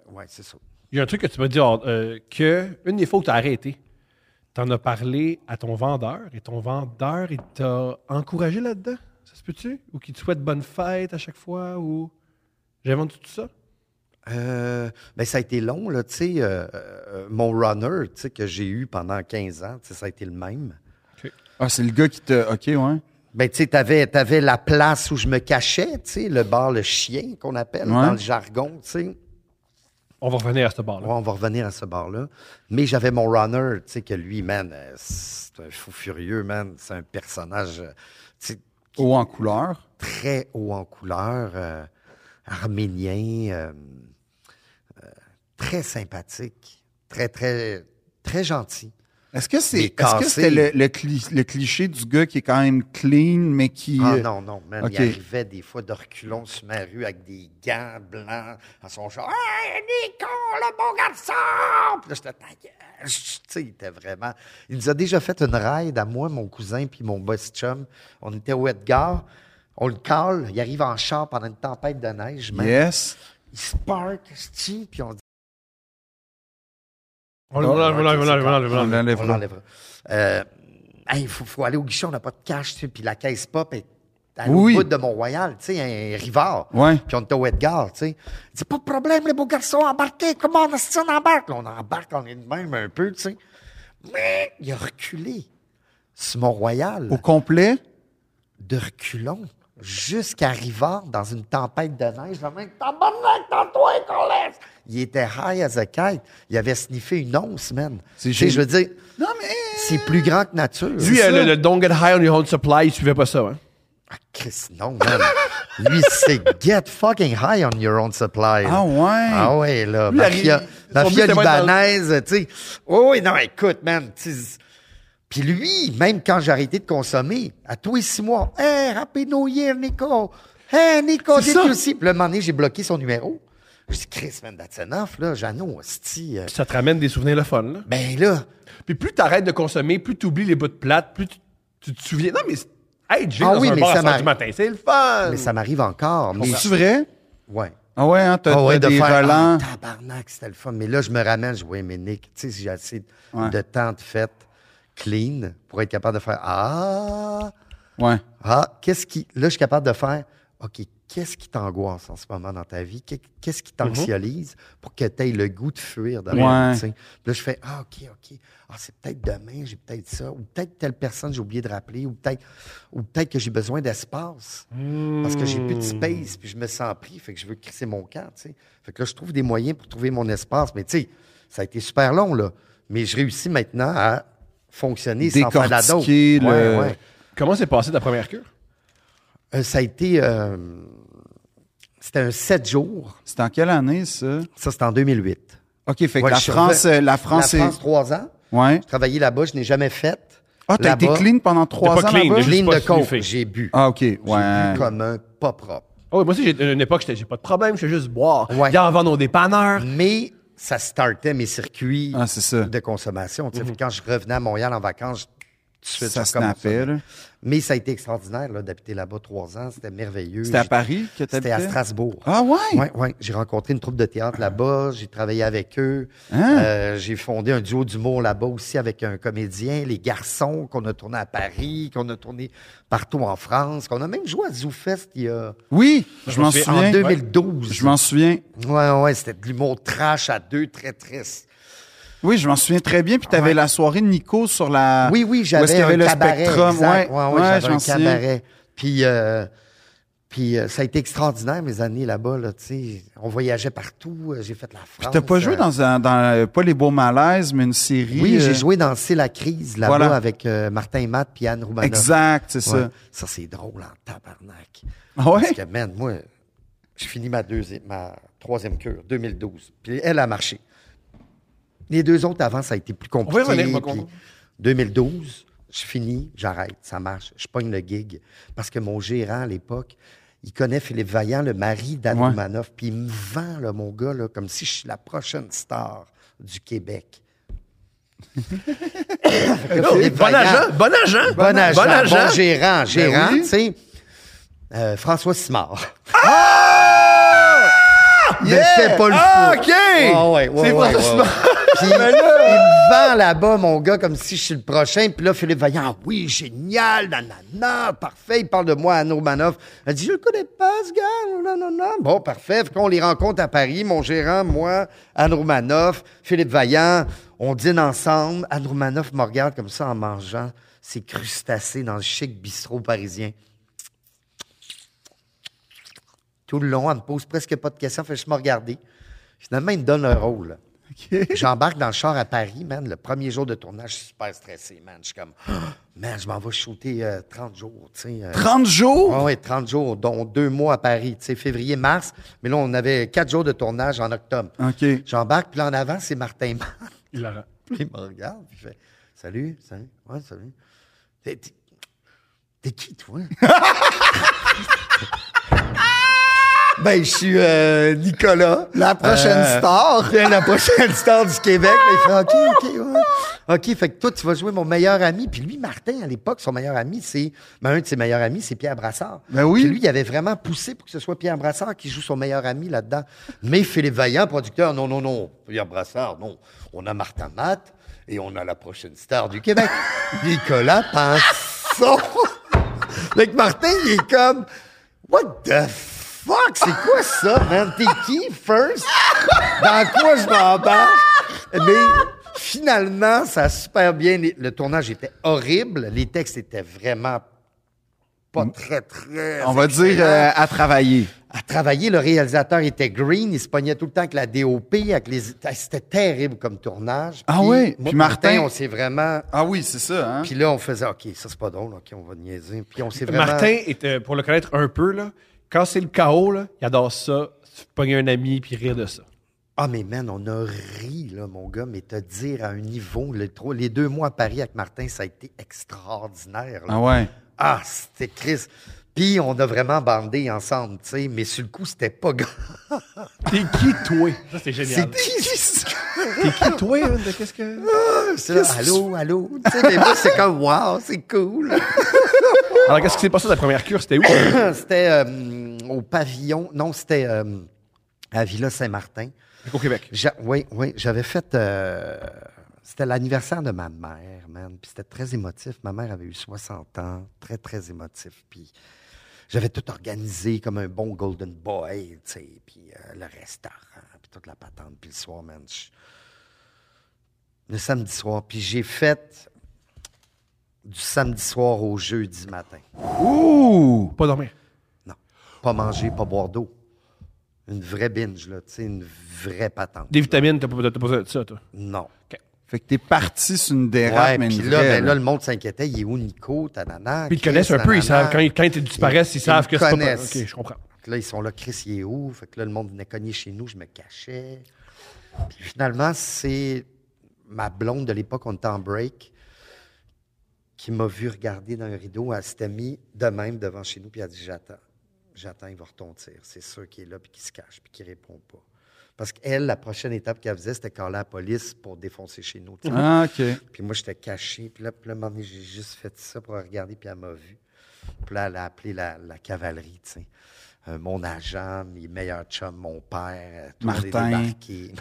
D: ouais, c'est ça.
C: Il y a un truc que tu m'as dit hors- euh, que une des fois où tu as arrêté, tu en as parlé à ton vendeur et ton vendeur il t'a encouragé là-dedans. Ça se peut-tu? Ou qu'il te souhaite bonne fête à chaque fois? Ou j'invente tout ça?
D: Euh, ben, ça a été long, là, tu sais. euh, euh, mon runner, tu sais, que j'ai eu pendant 15 ans, tu sais, ça a été le même.
C: OK.
B: Ah, c'est le gars qui te. OK, ouais.
D: Ben, tu sais, t'avais, t'avais la place où je me cachais, tu sais, le bar le chien qu'on appelle
B: Ouais.
D: dans le jargon, tu sais.
C: On va revenir à ce bar-là.
D: Ouais, on va revenir à ce bar-là. Mais j'avais mon runner, tu sais, que lui, man, euh, c'est un fou furieux, man. C'est un personnage, euh, tu sais,
B: Haut en couleur.
D: très haut en couleur, euh, arménien, euh, euh, très sympathique, très, très, très gentil.
B: Est-ce que c'est.
D: Mais
B: Est-ce que
D: cassé.
B: c'était le, le cli- le cliché du gars qui est quand même clean, mais qui.
D: Ah
B: euh,
D: non, non, man,
B: ok.
D: il arrivait des fois de reculons sur ma rue avec des gants blancs à son genre. Hey, Nico, le bon garçon! Puis là, j'étais ta gueule. Je- Tu sais, il était vraiment. Il nous a déjà fait une ride à moi, mon cousin, puis mon boss chum. On était au Edgar. On le cale. Il arrive en char pendant une tempête de neige, man.
B: Yes.
D: Il se parque, esti, puis on dit.
C: On l'enlève, on l'enlève, on l'enlève, on l'enlève, on
B: On
C: l'enlève.
B: l'enlève
D: On
B: là.
D: l'enlèvera. Euh, hey, faut, faut aller au guichet, on n'a pas de cash, tu sais, puis la caisse pop est à
B: Oui.
D: l'autre bout de Mont-Royal, tu sais, un rivard.
B: Ouais.
D: Puis on était au Edgar, tu sais. Il dit, pas de problème, les beaux garçons, embarquez, comment on est-ce qu'on embarque? Là, on embarque, on est de même un peu, tu sais. Mais il a reculé sur Mont-Royal,
B: Au complet.
D: de reculons, jusqu'à Rivard, dans une tempête de neige. Le mec, tabarnak, dans toi, qu'on laisse! Il était high as a kite. Il avait sniffé une once, man.
B: C'est
D: Tu sais,
B: génial.
D: je veux dire...
B: Non, mais.
D: C'est plus grand que nature.
C: Lui,
D: C'est
C: euh,
D: ça.
C: le, le Don't Get High on Your Own Supply, il suivait pas ça. Hein?
D: Ah, Chris, non, man. Lui, c'est get fucking high on your own supply.
B: Ah ouais.
D: Ah ouais, là.
C: Lui,
D: Mafia,
C: il arrive- son
D: mafia
C: but, c'est pas être dans le-
D: libanaise, tu sais. Oh, oui, non, écoute, man. tu sais, Puis lui, même quand j'ai arrêté de consommer, à tous les six mois, « Hey, rappelez nous hier, Nico. Hey, Nico,
C: C'est
D: dis
C: ça.
D: aussi. » Puis le moment donné, j'ai bloqué son numéro. Je dis « Chris, man, that's enough, là. Jeannot, hostie. euh,
C: Ça te ramène des souvenirs le fun. Là.
D: Ben là,
C: Puis plus t'arrêtes de consommer, plus t'oublies les bouts de plate, plus tu, tu te souviens. Non, mais c'est- hey, j'ai
D: Ah
C: dans
D: oui,
C: un
D: mais
C: bar à 5
D: ça
C: du
D: m'arrive.
C: matin, c'est le fun.
D: mais ça m'arrive encore. Mais,
B: C'est vrai?
D: ouais.
B: Ah ouais, hein, t'as
D: Ah ouais,
B: t'as des
D: faire,
B: relents.
D: Ah, tabarnak, c'était le fun. Mais là, je me ramène, je dis, oui, mais Nick, tu sais, si j'ai assez
B: Ouais.
D: de temps de fête clean pour être capable de faire Ah,
B: Ouais.
D: ah, qu'est-ce qui. Là, je suis capable de faire OK, qu'est-ce qui t'angoisse en ce moment dans ta vie? Qu'est- Qu'est-ce qui t'anxiolise pour que tu aies le goût de fuir de
B: Mm-hmm. Ouais.
D: rien, tu sais? Puis là, je fais Ah, OK, OK. Ah, c'est peut-être demain, j'ai peut-être ça. Ou peut-être telle personne, j'ai oublié de rappeler. Ou peut-être ou peut que j'ai besoin d'espace. Parce que j'ai plus
B: Mm.
D: de space, puis je me sens pris, fait que je veux crisser mon camp, tu sais. Fait que là, je trouve des moyens pour trouver mon espace. Mais tu sais, ça a été super long, là. Mais je réussis maintenant à fonctionner sans faire de la dope.
B: Décortiquer le-
C: Comment s'est passée ta première cure?
D: Euh, ça a été... euh, c'était un sept jours.
B: C'était en quelle année, ça?
D: Ça, c'était en 2008.
B: OK, fait que
D: Ouais,
B: la,
D: je suis
B: France,
D: revenu-
B: euh, la France,
D: La
B: est-
D: France, trois ans.
B: Ouais.
D: J'ai travaillé là-bas, je n'ai jamais fait.
B: Ah, t'as été
D: Là-bas,
B: clean pendant trois
C: pas
B: ans
C: clean,
B: là-bas?
C: juste
D: Clean
C: pas
D: de coke.
C: sniffé.
D: J'ai bu.
B: Ah, OK,
D: J'ai
B: ouais.
D: bu comme un pas propre.
C: Ah oui, moi aussi, j'ai une époque, j'étais- j'ai pas de problème, je fais juste boire.
D: Ouais. Mm.
C: Il y en vend au dépanneur.
D: Mais ça startait mes circuits
B: Ah, c'est ça. Mhm.
D: de consommation. Tu sais, Quand je revenais à Montréal en vacances, je- tout de suite,
B: Ça
D: je
B: snappait,
D: recommençais.
B: là.
D: Mais ça a été extraordinaire là, d'habiter là-bas trois ans. C'était merveilleux.
B: C'était à
D: J'ai-
B: Paris que t'habitais?
D: C'était à Strasbourg.
B: Ah ouais?
D: Ouais, ouais. J'ai rencontré une troupe de théâtre là-bas. J'ai travaillé avec eux.
B: Hein?
D: Euh, j'ai fondé un duo d'humour là-bas aussi avec un comédien, les garçons qu'on a tourné à Paris, qu'on a tourné partout en France, qu'on a même joué à ZooFest il y a
B: Oui, je m'en
C: suis- en
B: souviens.
D: en 2012.
B: Je m'en souviens.
D: Ouais, ouais, c'était de l'humour trash à deux, très triste.
B: Oui, je m'en souviens très bien. Puis t'avais
D: Ouais.
B: la soirée de Nico sur la.
D: Oui, oui,
B: Ah. Où est-ce qu'il
D: j'avais
B: y
D: un
B: avait le
D: cabaret.
B: Spectrum.
D: exact. Ouais, ouais,
B: ouais,
D: j'avais
B: je m'en
D: un
B: souviens.
D: cabaret. Puis, euh, puis euh, ça a été extraordinaire mes années là-bas. Là, tu sais. on voyageait partout. euh, J'ai fait la
B: Puis
D: France.
B: t'as pas
D: euh,
B: joué dans, un, dans euh, pas les beaux malaises, mais une série.
D: Oui,
B: euh,
D: j'ai joué dans C'est la crise là-bas
B: Voilà.
D: avec euh, Martin Matt puis Anne Roumanoff.
B: Exact, c'est
D: Ouais.
B: ça.
D: Ça, c'est drôle en tabarnak.
B: Ah ouais?
D: Parce que, man, moi, je finis ma, deuxième, ma troisième cure, 2012. Puis elle a marché. Les deux autres avant, ça a été plus compliqué.
C: On va y revenir, on va
D: puis
C: comprendre.
D: 2012, je finis, j'arrête, ça marche. Je pogne le gig. Parce que mon gérant, à l'époque, il connaît Philippe Vaillant, le mari d'Anne
B: Ouais.
D: Roumanoff, puis il me vend, là, mon gars, là, comme si je suis la prochaine star du Québec. Fait que
C: Non,
D: Philippe
C: bon
D: Vaillant-
C: agent, bon agent,
D: Bon hein? agent,
C: bon agent. Ben
D: bon gérant, gérant,
B: oui.
D: tu sais. Euh, François Simard. Mais c'était pas le
C: Ah,
D: fou.
C: OK!
D: Ouais, ouais, ouais,
C: C'est
D: ouais,
C: pas-
D: ouais, ouais. Puis, il me vend là-bas, mon gars, comme si je suis le prochain. Puis là, Philippe Vaillant, ah oui, génial, nanana, parfait. Il parle de moi à Nourmanoff. Elle dit, je le connais pas, ce gars, nanana. Bon, parfait. Fait qu'on les rencontre à Paris, mon gérant, moi, Anne Roumanoff, Philippe Vaillant. On dîne ensemble. Anne Roumanoff me regarde comme ça en mangeant ses crustacés dans le chic bistrot parisien. Tout le long, elle me pose presque pas de questions, fait juste me regarder. Finalement, il me donne un rôle. J'embarque dans le char à Paris, man. Le premier jour de tournage, je suis super stressé, man. Je suis comme, Ah, man, je m'en vais shooter euh, 30 jours, tu sais. euh,
B: 30 jours?
D: oui, 30 jours, dont deux mois à Paris, tu sais, février, mars. Mais là, on avait quatre jours de tournage en octobre.
B: OK.
D: J'embarque, puis là, en avant, c'est Martin Mann.
C: Il la rend.
D: Puis il me regarde, puis il fait Salut, salut, ouais, salut. T'es, t'es- t'es qui, toi? ben, je suis euh, Nicolas.
B: La prochaine star.
D: Ben, la prochaine star du Québec. Ben, il fait OK, OK, ouais. OK, fait que toi, tu vas jouer mon meilleur ami. Puis lui, Martin, à l'époque, son meilleur ami, c'est. Ben, un de ses meilleurs amis, c'est Pierre Brassard.
B: Ben oui.
D: Puis lui, il avait vraiment poussé pour que ce soit Pierre Brassard qui joue son meilleur ami là-dedans. Mais Philippe Vaillant, producteur, non, non, non. Pierre Brassard, non. On a Martin Matt et on a la prochaine star du Québec. Nicolas Pinson. Fait que Martin, il est comme. What the fuck? C'est quoi ça, man? T'es qui, first? Dans quoi je m'embarque? Mais finalement, ça a super bien. Le tournage était horrible. Les textes étaient vraiment pas très, très.
B: Mm. On va dire euh, à travailler.
D: À travailler, le réalisateur était green. Il se pognait tout le temps avec la DOP, avec les. Ah, C'était terrible comme tournage.
B: Ah
D: Puis,
B: oui,
D: moi,
B: puis
D: Martin,
B: Martin-
D: on s'est vraiment.
B: Ah oui, c'est ça, hein?
D: Puis là, on faisait, OK, ça c'est pas drôle, OK, on va niaiser. Puis on s'est vraiment.
C: Martin, était, pour le connaître un peu, là, quand c'est le chaos, là, il adore ça. Tu pognes un ami puis rire de ça.
D: Ah, mais man, on a ri, là, mon gars, mais te dire à un niveau, les, trois- les deux mois à Paris avec Martin, ça a été extraordinaire. là.
B: Ah ouais.
D: Ah, c'était Chris. Puis on a vraiment bandé ensemble, tu sais, mais sur le coup, c'était pas grand.
C: T'es qui, toi? Ça, c'est
D: C'est
C: génial.
D: qui, ça?
C: T'es qui, toi? hein, de Qu'est-ce que...
D: C'est là, allô, allô. Tu sais, mais moi, c'est comme, wow, c'est cool.
C: Alors, qu'est-ce qui s'est passé la première cure? C'était où?
D: C'était euh, au pavillon, non, c'était euh, à Villa Saint-Martin.
C: Au Québec.
D: J'a- Oui, oui, j'avais fait. euh, c'était l'anniversaire de ma mère, man. Puis c'était très émotif. Ma mère avait eu 60 ans, très, très émotif. Puis j'avais tout organisé comme un bon Golden Boy, tu sais. Puis euh, le restaurant, puis toute la patente. Puis le soir, man, je- le samedi soir. Puis j'ai fait du samedi soir au jeudi matin.
B: Ouh!
C: Pas dormir.
D: Non. Pas manger, pas boire d'eau. Une vraie binge, là, tu sais, une vraie patente.
C: Des vitamines, t'as pas t'as pas besoin de ça, toi.
D: Non.
B: Fait que t'es parti sur une dérape,
D: Ouais,
B: mais
D: puis
B: une
D: là,
B: vraie,
D: ben
B: là.
D: là, le monde s'inquiétait. Il est où, Nico, Tanana?
C: Puis ils te connaissent un peu, ils savent, quand, ils- quand ils disparaissent, ils,
D: Ils
C: savent
D: me
C: que c'est pas...
D: connaissent.
C: Ok, je comprends.
D: Là, ils sont là, Chris, il est où? Fait que là, le monde venait cogner chez nous, je me cachais. Puis finalement, c'est ma blonde de l'époque, on était en break, qui m'a vu regarder dans un rideau. Elle s'était mise de même devant chez nous, puis elle a dit J'attends, j'attends, il va retentir. C'est sûr qu'il est là, puis qu'il se cache, puis qu'il répond pas. Parce qu'elle, la prochaine étape qu'elle faisait, c'était caler la police pour défoncer chez nous. tu sais.
B: Ah, OK.
D: Puis moi, j'étais caché. Puis là, puis là, un moment donné, j'ai juste fait ça pour la regarder, puis elle m'a vu. Puis là, elle a appelé la, la cavalerie, tu sais. Euh, mon agent, mes meilleurs chums, mon père, euh, tout le monde est
B: Martin.
D: débarqué.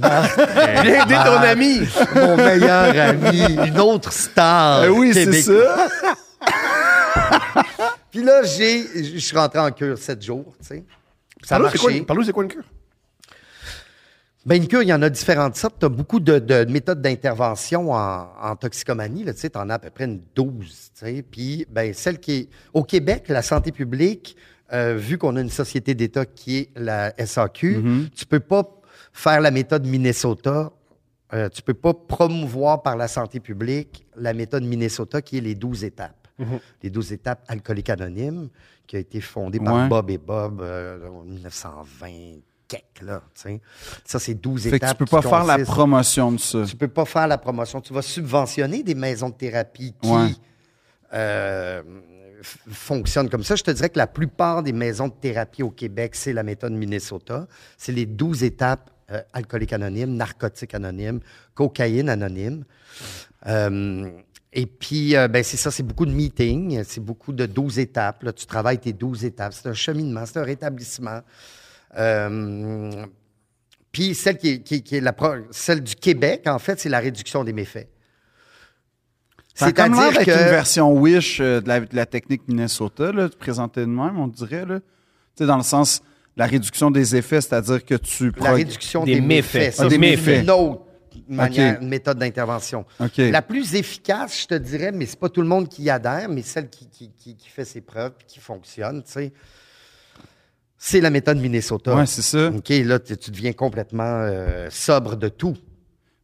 D: Martin.
C: Viens aider ton ami!
D: Mon meilleur ami, une autre star.
C: Ben
B: Eh oui, c'est
D: québécoise.
B: ça.
D: Puis là, j'ai, je suis rentré en cure sept jours, tu sais. Puis Ça a
C: Parle-nous, c'est quoi
D: marché.
C: une- Parle-nous, c'est quoi une cure?
D: Ben, une cure, il y en a différentes sortes. Tu as beaucoup de, de méthodes d'intervention en, en toxicomanie. là, Tu sais, en as à peu près une 12. tu sais. Puis, ben, celle qui est. Au Québec, la santé publique, euh, vu qu'on a une société d'État qui est la SAQ, tu peux pas faire la méthode Minnesota. euh, tu peux pas promouvoir par la santé publique la méthode Minnesota qui est les 12 étapes. Les 12 étapes alcooliques anonymes qui a été fondée par
B: Ouais.
D: Bob et Bob euh, en 1920 quelques, là, tu sais. Ça, c'est 12
B: Fait que
D: étapes
B: tu peux
D: qui
B: pas faire la
D: consistent-
B: promotion de ça.
D: Tu peux pas faire la promotion. Tu vas subventionner des maisons de thérapie qui
B: Ouais.
D: euh, f- fonctionnent comme ça. Je te dirais que la plupart des maisons de thérapie au Québec, c'est la méthode Minnesota. C'est les 12 étapes euh, alcoolique anonyme, narcotique anonyme, cocaïne anonyme. Euh, et puis, euh, ben, c'est ça, c'est beaucoup de meetings, c'est beaucoup de 12 étapes. là. tu travailles tes 12 étapes. C'est un cheminement, c'est un rétablissement. Euh, puis celle qui est, qui est- qui est la pro- celle du Québec, en fait, c'est la réduction des méfaits.
B: C'est comme l'air
D: C'est-à-dire
B: d'être
D: que
B: une version Wish euh, de la, de la technique Minnesota, là, présentée de même, on dirait. Là. Tu sais, dans le sens, la réduction des effets, c'est-à-dire que tu...
D: la
B: prog-
D: réduction
C: Des
D: des,
C: méfaits.
D: méfaits,
B: Ah, des
D: c'est
B: méfaits.
D: une autre manière,
B: OK.
D: une méthode d'intervention.
B: OK.
D: La plus efficace, je te dirais, mais c'est pas tout le monde qui y adhère, mais celle qui, qui, qui- qui fait ses preuves et qui fonctionne, tu sais, c'est la méthode Minnesota.
B: Ouais, c'est ça.
D: OK, là, tu tu deviens complètement euh, sobre de tout.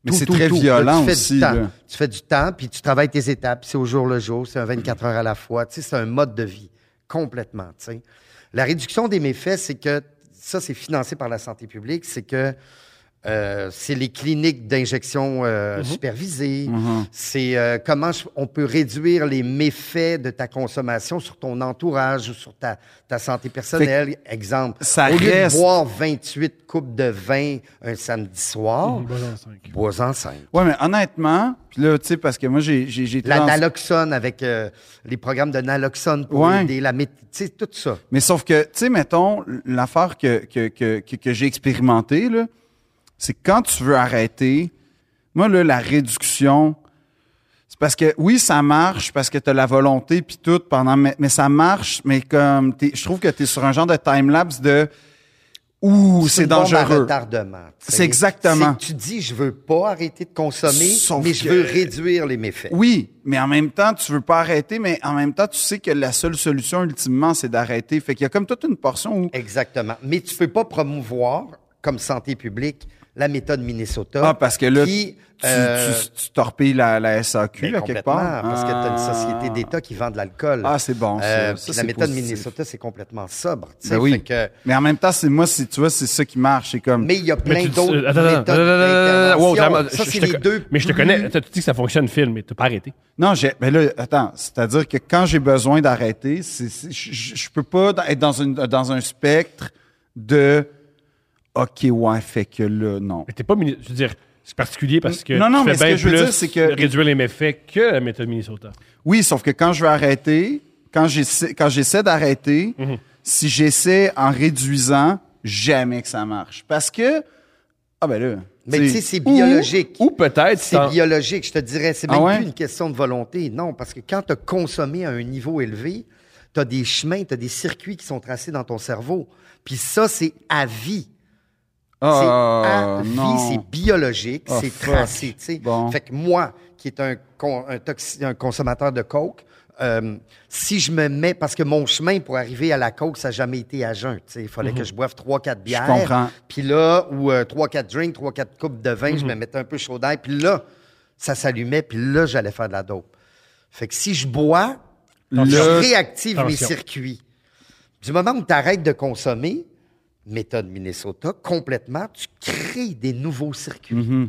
B: Mais
D: Tout,
B: c'est
D: tout,
B: très
D: tout. Là,
B: violent
D: tu fais
B: aussi.
D: Du temps.
B: là.
D: Tu fais du temps, puis tu travailles tes étapes. C'est au jour le jour, c'est un 24 heures à la fois. Tu sais, c'est un mode de vie, complètement. tu sais. La réduction des méfaits, c'est que, ça, c'est financé par la santé publique, c'est que euh, c'est les cliniques d'injection euh,
B: Mm-hmm.
D: supervisées,
B: Mhm.
D: c'est euh, comment je- on peut réduire les méfaits de ta consommation sur ton entourage ou sur ta, ta santé personnelle. Exemple,
B: ça
D: au lieu
B: reste-
D: de boire 28 coupes de vin un samedi soir,
C: Une
B: Mm-hmm.
C: bonne en cinq.
D: bois-en cinq.
B: Ouais, mais honnêtement, puis là, tu sais, parce que moi, j'ai, j'ai, j'ai été
D: La
B: dans-
D: naloxone avec euh, les programmes de naloxone pour
B: Ouais.
D: aider la mét- tu sais, tout ça.
B: Mais sauf que, tu sais, mettons, l'affaire que, que, que, que, que j'ai expérimentée, là, c'est que quand tu veux arrêter, moi, là, la réduction, c'est parce que, oui, ça marche, parce que tu as la volonté, puis tout, pendant, mais, mais ça marche, mais comme, t'es- je trouve que tu es sur un genre de time-lapse de, ouh, c'est
D: une bombe à
B: dangereux.
D: retardement. tu sais.
B: C'est exactement.
D: C'est que tu dis, je veux pas arrêter de consommer,
B: Sauf
D: mais je
B: que-
D: veux réduire les méfaits.
B: Oui, mais en même temps, tu veux pas arrêter, mais en même temps, tu sais que la seule solution, ultimement, c'est d'arrêter. Fait qu'il y a comme toute une portion où,
D: Exactement. Mais tu peux pas promouvoir, comme santé publique, la méthode Minnesota.
B: Ah, parce que là,
D: qui,
B: tu,
D: euh,
B: tu- tu torpilles la, la SAQ,
D: ben,
B: à quelque
D: complètement,
B: part.
D: parce que tu as
B: Ah.
D: une société d'État qui vend de l'alcool.
B: Ah, c'est bon, ça.
D: Euh,
B: Ça,
D: puis
B: c'est
D: la méthode
B: positif.
D: Minnesota, c'est complètement sobre. tu sais.
B: Ben oui.
D: Fait que-
B: Mais en même temps, c'est moi, si tu vois, c'est ça qui marche. C'est comme.
D: mais il y a
C: Mais
D: plein
C: tu- euh,
D: d'autres
C: attends, attends,
D: méthodes
C: attends, attends, wow,
D: d'intervention.
C: clairement,
D: Ça,
C: je-
D: c'est
C: je te
D: les
C: con-
D: deux
C: Mais je te
D: plus-
C: connais, t'as- tu dis que ça fonctionne, Phil, mais t'as pas arrêté.
B: Non, j'ai. Mais là, attends. C'est-à-dire que quand j'ai besoin d'arrêter, c'est- c'est- je- je je peux pas dans- être dans, une, dans un spectre de. OK, ouais, fait que là, non.
C: Mais t'es pas. mini- Je veux dire, c'est particulier parce que
B: Non, non,
C: tu
B: mais
C: fais
B: ce
C: bien
B: que je veux
C: plus
B: dire, c'est que-
C: réduire les méfaits que la méthode Minnesota.
B: Oui, sauf que quand je veux arrêter, quand j'essaie, quand j'essaie d'arrêter, si j'essaie en réduisant, jamais que ça marche. Parce que. Ah, ben là.
D: Mais tu sais, c'est
B: Ou-
D: biologique.
C: Ou peut-être.
D: C'est
C: t'en-
D: biologique, je te dirais. C'est
B: Ah
D: même
B: ouais?
D: plus une question de volonté. Non, parce que quand tu as consommé à un niveau élevé, tu as des chemins, tu as des circuits qui sont tracés dans ton cerveau. Puis ça, c'est à vie.
B: Ah,
D: c'est à vie,
B: non.
D: c'est biologique,
B: Ah,
D: c'est
B: fuck.
D: tracé. tu sais.
B: Bon.
D: Fait que moi, qui est un, con- un, toxi- un consommateur de coke, euh, si je me mets, parce que mon chemin pour arriver à la coke, ça n'a jamais été à jeun. tu sais. Il fallait que je boive 3-4 bières.
B: Mhm. comprends. Mhm.
D: Puis là, ou euh, 3-4 drinks, 3-4 coupes de vin, je me mettais un peu chaud d'air. Puis là, ça s'allumait, puis là, j'allais faire de la dope. Fait que si je bois,
B: Là,
D: je réactive
C: attention.
D: mes circuits. Du moment où tu arrêtes de consommer, méthode Minnesota, complètement, tu crées des nouveaux circuits
B: Mhm.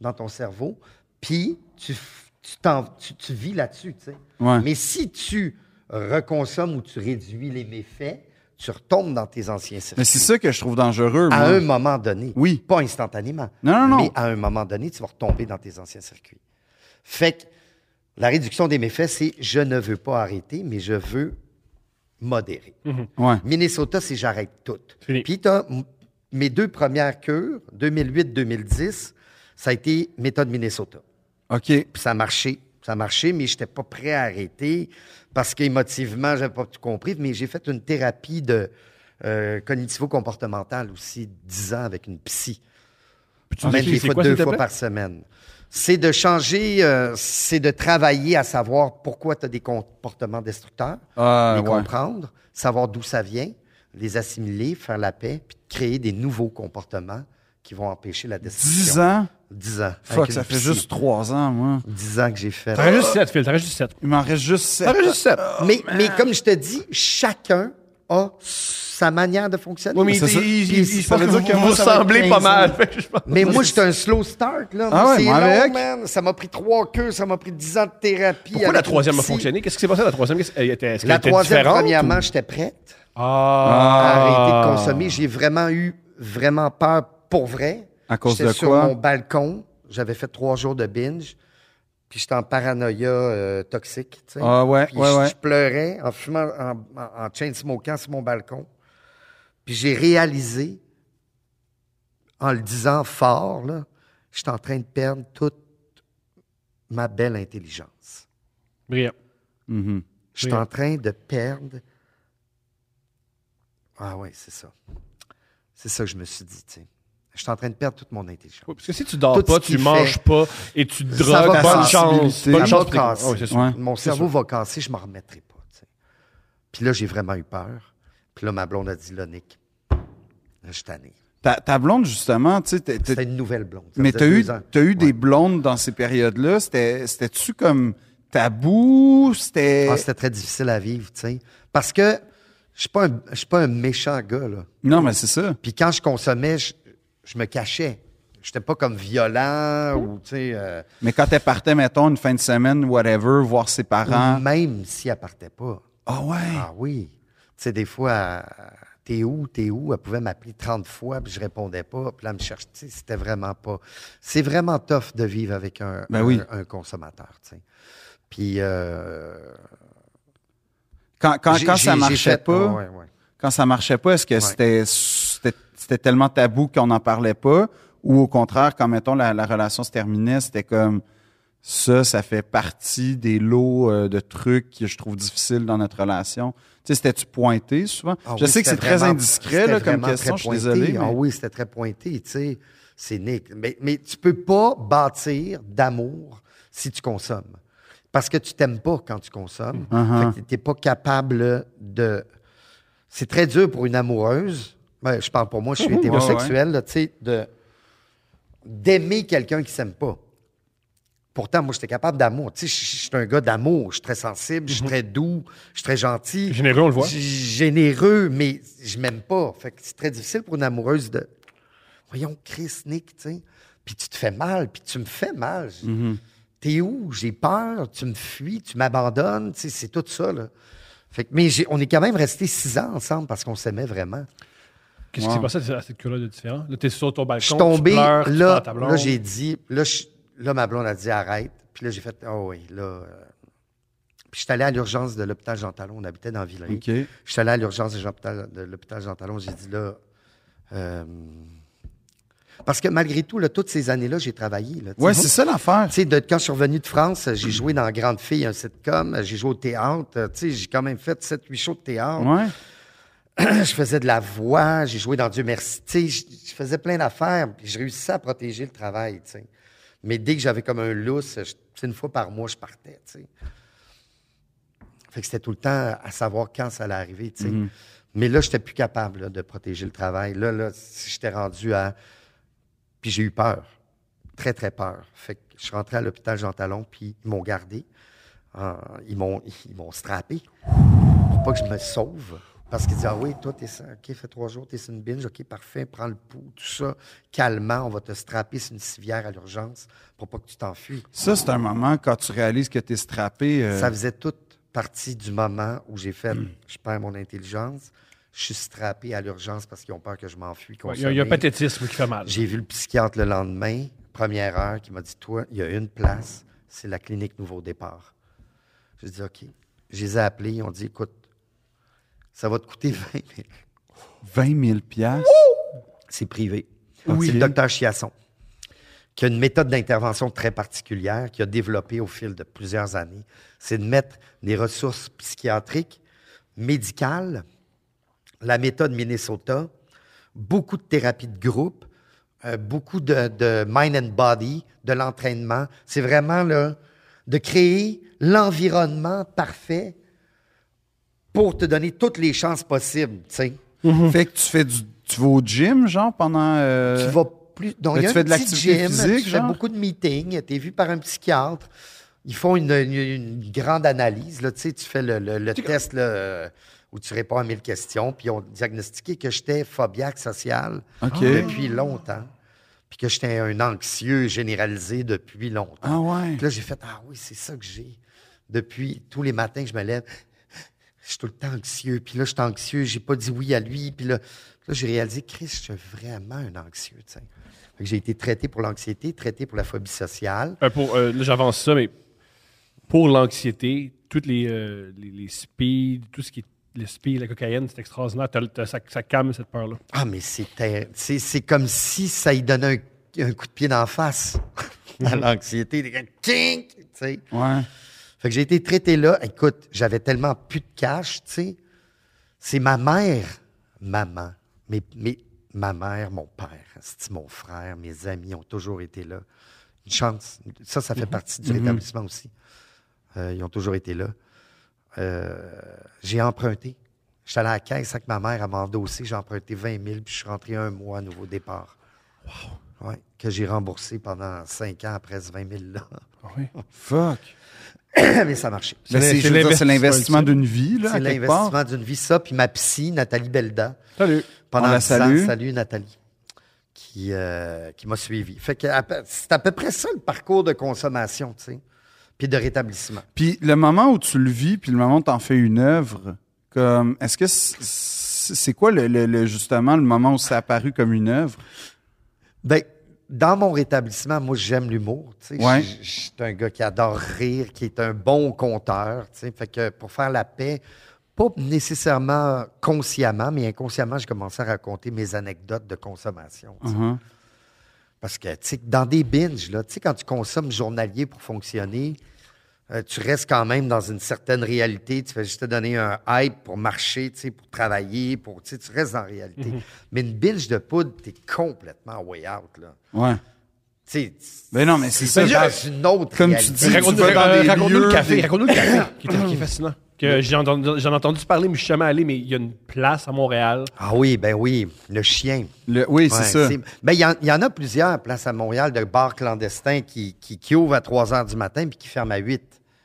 D: dans ton cerveau, puis tu, f- tu, t'en- tu- tu vis là-dessus. tu sais.
B: Ouais.
D: Mais si tu reconsommes ou tu réduis les méfaits, tu retombes dans tes anciens circuits.
B: Mais c'est ça que je trouve dangereux.
D: À
B: moi.
D: un moment donné.
B: Oui.
D: Pas instantanément.
B: Non, non, non.
D: Mais à un moment donné, tu vas retomber dans tes anciens circuits. Fait que la réduction des méfaits, c'est je ne veux pas arrêter, mais je veux modérer.
B: Ouais.
D: Minnesota, c'est j'arrête tout.
C: Fini.
D: Puis t'as m- mes deux premières cures, 2008-2010, ça a été méthode Minnesota.
B: OK.
D: Puis ça a marché. Ça a marché, mais je n'étais pas prêt à arrêter parce qu'émotivement, j'avais pas tout compris. Mais j'ai fait une thérapie de euh, cognitivo-comportementale aussi, 10 ans avec une psy.
C: Peux-tu
D: Même
C: m'expliquer
D: des
C: c'est
D: fois
C: quoi,
D: deux
C: s'il te
D: fois
C: plaît?
D: par semaine. C'est de changer, euh, c'est de travailler à savoir pourquoi tu as des comportements destructeurs,
B: Ah,
D: les
B: ouais.
D: comprendre, savoir d'où ça vient, les assimiler, faire la paix, puis de créer des nouveaux comportements qui vont empêcher la destruction.
B: 10 ans?
D: 10 ans.
B: Fuck,
D: avec
B: ça
D: une
B: fait
D: psy.
B: juste 3 ans, moi.
D: 10 ans que j'ai fait.
C: T'en as juste 7, Phil, t'en as juste 7.
B: Il m'en reste juste 7.
C: juste 7.
D: Mais, mais comme je te dis, chacun a sa manière de fonctionner.
C: Oui, mais
B: C'est
C: il,
B: ça.
C: il, il,
B: Puis
C: il
B: ça
C: pense
B: veut
C: que
B: dire
C: vous,
B: que
C: vous
B: moi, ça va être
C: ressemblez pas
B: 15
C: mal.
B: ans.
C: Fait que je pense-
D: Mais moi, j'étais un slow start, là.
B: Ah
D: Moi,
B: ouais,
D: c'est
B: moi
D: long,
B: avec.
D: man. Ça m'a pris trois queues, ça m'a pris dix ans de thérapie.
C: Pourquoi la
D: avec
C: troisième
D: une
C: a
D: psy.
C: fonctionné? Qu'est-ce qui s'est passé à la troisième? Qu'est-ce- elle était- Est-ce qu'elle
D: La
C: était
D: troisième,
C: différente?
D: premièrement, j'étais prête à
C: Ah.
D: arrêter de consommer. J'ai vraiment eu vraiment peur pour vrai.
B: À cause
D: J'étais
B: de
D: sur
B: quoi?
D: mon balcon. J'avais fait trois jours de binge. Puis j'étais en paranoïa euh, toxique. tu sais.
B: Ah ouais,
D: Puis
B: ouais,
D: je,
B: ouais.
D: je pleurais en fumant, en, en, en chain-smoking sur mon balcon. Puis j'ai réalisé, en le disant fort, là, je suis en train de perdre toute ma belle intelligence.
C: Brillant.
B: Mhm.
D: Je suis
C: Oui.
D: en train de perdre. Ah oui, c'est ça. C'est ça que je me suis dit, tu sais. je suis en train de perdre toute mon intelligence.
C: Ouais, Parce que si tu dors
D: Tout
C: pas,
D: ce
C: tu
D: qu'il
C: manges
D: fait,
C: pas et tu te
D: ça
C: drogues,
D: va
C: bonne
D: casser.
C: chance. Bonne
D: Ça
C: chance.
D: va
C: pour les-
D: casser.
C: Ouais, c'est sûr.
B: Ouais.
D: Mon cerveau va casser, je m'en remettrai pas. tu sais. Puis là, j'ai vraiment eu peur. Puis là, ma blonde a dit, là, Nick, là, je suis tanné.
B: Ta, ta blonde, justement, tu sais, t'es- t'es-
D: C'était une nouvelle blonde. Ça
B: mais
D: faisait
B: t'as eu,
D: deux ans.
B: t'as eu
D: Ouais.
B: des blondes dans ces périodes-là. C'était- C'était-tu comme tabou? C'était.
D: Ah, c'était très difficile à vivre, tu sais. Parce que je suis pas un- je suis pas un méchant gars, là.
B: non, mais c'est ça.
D: Puis quand je consommais, je, je me cachais. J'étais pas comme violent ou, tu sais, euh,
B: Mais quand elle partait, mettons, une fin de semaine, whatever, voir ses
D: ou
B: parents.
D: même si elle partait pas.
B: Ah ouais.
D: Ah oui. Tu sais, des fois, elle- t'es où, t'es où? Elle pouvait m'appeler 30 fois, puis je répondais pas. Puis là, elle me cherchait. Tu sais, C'était vraiment pas... C'est vraiment tough de vivre avec un,
B: Ben
D: un-
B: oui.
D: un consommateur, tu sais. Puis... euh,
B: Quand, quand,
D: j'ai-
B: quand
D: j'ai-
B: ça
D: j'ai
B: marchait
D: fait-
B: pas,
D: ouais, ouais.
B: quand ça marchait pas, est-ce que c'était, c'était c'était tellement tabou qu'on n'en parlait pas? Ou au contraire, quand, mettons, la, la relation se terminait, c'était comme ça, ça fait partie des lots euh, de trucs que je trouve difficiles dans notre relation. Tu sais, c'était-tu pointé souvent?
D: Ah
B: je
D: oui,
B: sais que c'est
D: c'était
B: très
D: vraiment-
B: indiscret
D: c'était
B: là, comme
D: vraiment très
B: question, je suis
D: pointé.
B: désolé. mais-
D: Ah oui, c'était très pointé, tu sais. C'est Nick. Mais, mais tu peux pas bâtir d'amour si tu consommes. Parce que tu t'aimes pas quand tu consommes.
B: Mhm.
D: Fait que t'es pas capable de... C'est très dur pour une amoureuse. Ben, je parle pour moi, je suis hétérosexuel, là, tu sais, de d'aimer quelqu'un qui s'aime pas. Pourtant, moi, j'étais capable d'amour. Tu sais, je- je suis un gars d'amour. Je suis très sensible, je suis très doux, je suis très gentil.
C: Mhm. Généreux, on le voit.
D: G- Généreux, mais je m'aime pas. Fait que c'est très difficile pour une amoureuse de. Voyons, Chris, Nick, tu sais. Puis tu te fais mal, puis tu me fais mal. J-
C: Mhm.
D: T'es où? J'ai peur, tu me fuis, tu m'abandonnes, tu sais, c'est tout ça, là. Fait que, mais j'ai- on est quand même restés six ans ensemble parce qu'on s'aimait vraiment.
C: Qu'est-ce qui s'est passé à cette- à cette cure-là de différent? Là, t'es sur ton balcon.
D: Je suis tombé,
C: tu pleures, tu parles à
D: là,
C: ta blonde.
D: là j'ai dit, là, je- là, ma blonde a dit arrête. Puis là, j'ai fait, oh oui, là. euh. Puis je suis allé à l'urgence de l'hôpital Jean Talon, on habitait dans Villeray.
B: OK.
D: Je suis allé à l'urgence de l'hôpital- de l'hôpital Jean Talon. J'ai dit là. euh, parce que malgré tout, là, toutes ces années-là, j'ai travaillé. Là, tu sais.
B: Ouais, c'est ça l'affaire.
D: Tu sais, de, quand je suis revenu de France, j'ai joué dans Grande Fille, un sitcom, j'ai joué au théâtre, euh, tu sais, j'ai quand même fait 7-8 shows de théâtre.
B: Ouais.
D: Je faisais de la voix, j'ai joué dans Dieu merci, tu sais, je- je faisais plein d'affaires, puis je réussissais à protéger le travail, tu sais. Mais dès que j'avais comme un lousse, je- tu sais, une fois par mois, je partais, tu sais. Fait que c'était tout le temps à savoir quand ça allait arriver, tu sais. Mais là, j'étais plus capable là, de protéger le travail. Là, là, si j'étais rendu à... Puis j'ai eu peur. Très, très peur. Fait que je suis rentré à l'hôpital Jean Talon, puis ils m'ont gardé. Euh, ils m'ont ils m'ont strappé pour pas que je me sauve. Parce qu'ils disaient, ah oui, toi, t'es ça. OK, fait trois jours, t'es sur une binge. OK, parfait, prends le pouls, tout ça. Calmant, on va te strapper sur une civière à l'urgence pour pas que tu t'enfuis.
B: Ça, c'est un moment quand tu réalises que t'es strappé. euh,
D: Ça faisait toute partie du moment où j'ai fait
C: Hmm.
D: je perds mon intelligence, je suis strappé à l'urgence parce qu'ils ont peur que je m'enfuis.
C: Ouais, Il y a- il y a un
D: consommer.
C: pathétisme qui fait mal.
D: J'ai vu le psychiatre le lendemain, première heure, qui m'a dit Toi, il y a une place, c'est la clinique Nouveau Départ. J'ai dit OK. Je les ai appelés, ils ont dit Écoute, ça va te coûter 20 000.
B: 20 000 piastres.
D: C'est privé.
B: Oui.
D: C'est le docteur Chiasson, qui a une méthode d'intervention très particulière, qu'il a développée au fil de plusieurs années. C'est de mettre des ressources psychiatriques, médicales, la méthode Minnesota, beaucoup de thérapie de groupe, euh, beaucoup de, de mind and body, de l'entraînement. C'est vraiment là, de créer l'environnement parfait pour te donner toutes les chances possibles. tu sais.
B: Fait que tu fais du. Tu vas au gym, genre, pendant. euh,
D: tu vas plus. Donc,
B: mais
D: il y a
B: tu
D: un
B: fais de
D: petit
B: l'activité
D: gym,
B: physique,
D: tu fais
B: genre?
D: beaucoup de meetings, tu es vu par un psychiatre. Ils font une, une- une grande analyse. Là, tu sais, tu fais le, le- le test là, euh, où tu réponds à 1000 questions, puis ils ont diagnostiqué que j'étais phobiaque sociale
B: OK.
D: depuis longtemps, puis que j'étais un anxieux généralisé depuis longtemps.
B: Ah ouais.
D: Puis là, j'ai fait Ah oui, c'est ça que j'ai. Depuis tous les matins, je me lève. Je suis tout le temps anxieux. Puis là, je suis anxieux. J'ai pas dit oui à lui. Puis là, là j'ai réalisé, Chris, je suis vraiment un anxieux. tu sais. Fait que J'ai été traité pour l'anxiété, traité pour la phobie sociale.
C: Euh, pour, euh, là, j'avance ça, mais pour l'anxiété, toutes les, euh, les, les speed, tout ce qui est le speed, la cocaïne, c'est extraordinaire. T'as- t'as- ça, ça calme cette peur-là.
D: Ah, mais c'est ter- c'est c'est comme si ça lui donnait un, un coup de pied d'en face à l'anxiété. Des gars, Tink! Tu sais.
B: Ouais.
D: Fait que j'ai été traité là. Écoute, j'avais tellement plus de cash, tu sais. C'est ma mère, maman, mes, mes, ma mère, mon père, esti, mon frère, mes amis ont toujours été là. Une chance. Ça, ça fait partie du rétablissement aussi. Euh, ils ont toujours été là. Euh, j'ai emprunté. J'étais allé à la caisse avec ma mère à m'endosser. J'ai emprunté 20 000 puis je suis rentré un mois à nouveau départ. Wow! que j'ai remboursé pendant cinq ans après ce 20 000-là.
C: Oui.
B: Ah, Fuck.
D: Mais ça marchait.
B: Mais
C: C'est
B: c'est, je veux dire, c'est l'investissement d'une vie, là, à
D: C'est
B: quelque part.
D: l'investissement d'une vie, ça. Puis ma psy, Nathalie Belda,
C: Salut.
D: pendant
B: On la
D: 10 ans,
B: salue.
D: salut Nathalie, qui, euh, qui m'a suivi. Fait que à peu- c'est à peu près ça le parcours de consommation, tu sais, puis de rétablissement.
B: Puis le moment où tu le vis, puis le moment où tu en fais une œuvre, comme est-ce que c- c- c'est quoi le, le- le- justement le moment où ça a apparu comme une œuvre?
D: Ben, dans mon rétablissement, moi, j'aime l'humour. tu sais.
B: Ouais.
D: Je- je- je suis un gars qui adore rire, qui est un bon conteur. tu sais. Fait que pour faire la paix, pas nécessairement consciemment, mais inconsciemment, j'ai commencé à raconter mes anecdotes de consommation. tu sais.
B: Mhm.
D: Parce que, tu sais, dans des binges, là, tu sais, quand tu consommes journalier pour fonctionner, euh, tu restes quand même dans une certaine réalité. Tu fais juste te donner un hype pour marcher, tu sais, pour travailler, pour, tu sais, tu restes dans la réalité.
B: Mhm.
D: Mais une binge de poudre, t'es complètement way out, là.
B: Ouais.
D: Tu sais,
B: Ben non, mais c'est
D: t'es
B: ça.
D: dans une autre
B: comme tu
D: réalité.
B: dis, tu
C: Raconte-nous
B: vas dans
C: euh,
B: des
C: raconte-nous
B: lieux,
C: le café.
B: des-
C: Raconte-nous le café, qui est, qui est fascinant. Que j'ai entendu, j'en ai entendu parler, mais je suis jamais allé, mais il y a une place à Montréal.
D: Ah oui, ben oui, le chien.
B: Le- oui,
D: Ouais,
B: c'est ça.
D: c'est- Ben, il y, en- il y en a plusieurs, place à Montréal, de bars clandestins qui, qui, qui ouvrent à 3 h du matin puis qui ferment à 8.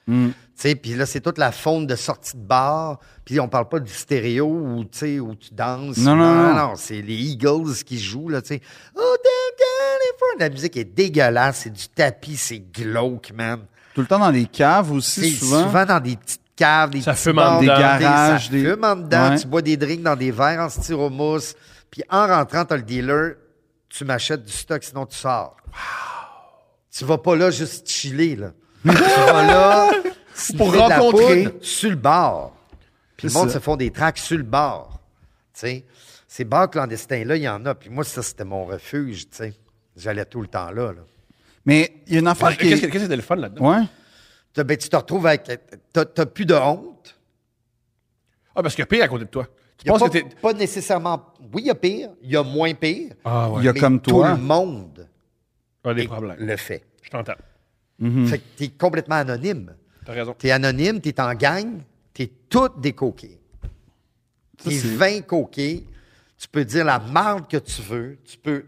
B: Mm.
D: Tu sais, puis là, c'est toute la faune de sortie de bar. Puis on parle pas du stéréo où, tu sais, où tu danses.
B: Non, non, non.
D: c'est les Eagles qui jouent, là, tu sais. Oh, damn, California. La musique est dégueulasse, c'est du tapis, c'est glauque, man.
B: Tout le temps dans les caves aussi,
D: C'est
B: souvent.
D: souvent, dans des petites caves, des
C: Ça
D: petits
C: fume en
D: bars,
C: dedans. Des
B: garages,
D: Ça
B: des-
D: fume en dedans.
B: Ouais.
D: Tu bois des drinks dans des verres en styromousse. Puis en rentrant, t'as le dealer, tu m'achètes du stock, sinon tu sors. Tu vas pas là juste chiller, là. tu vas là sniffer
C: Pour
D: de la
C: rencontrer.
D: poudre sur le bar. Puis le
B: C'est
D: monde
B: ça.
D: se font des tracks sur le bar. Tu sais, ces bars clandestins-là, il y en a. Puis moi, ça, c'était mon refuge, tu sais. J'allais tout le temps là, là.
B: Mais il y a une affaire
C: Qu'est-ce
B: qui
C: que- qu'est-ce
B: est...
C: que c'était le fun là-dedans?
B: Ouais.
D: T'as- ben, tu te retrouves avec... T'as t'as plus de honte.
C: Ah, parce qu'il y a pire à côté de toi. Tu
D: Il y a
C: penses
D: pas,
C: que t'es.
D: pas nécessairement. Oui, il y a pire, il y a moins pire.
C: Ah,
B: Il y a
D: mais
B: comme
D: tout
B: toi.
D: le monde
C: Ah, des
D: est-
C: problèmes.
D: le fait.
C: Je t'entends.
B: Mhm.
D: Fait que t'es complètement anonyme.
C: T'as raison.
D: T'es anonyme, t'es en gang, t'es tout décoqué.
B: Ça,
D: T'es
B: c'est-
D: 20 coqués. Tu peux dire la marde que tu veux. Tu peux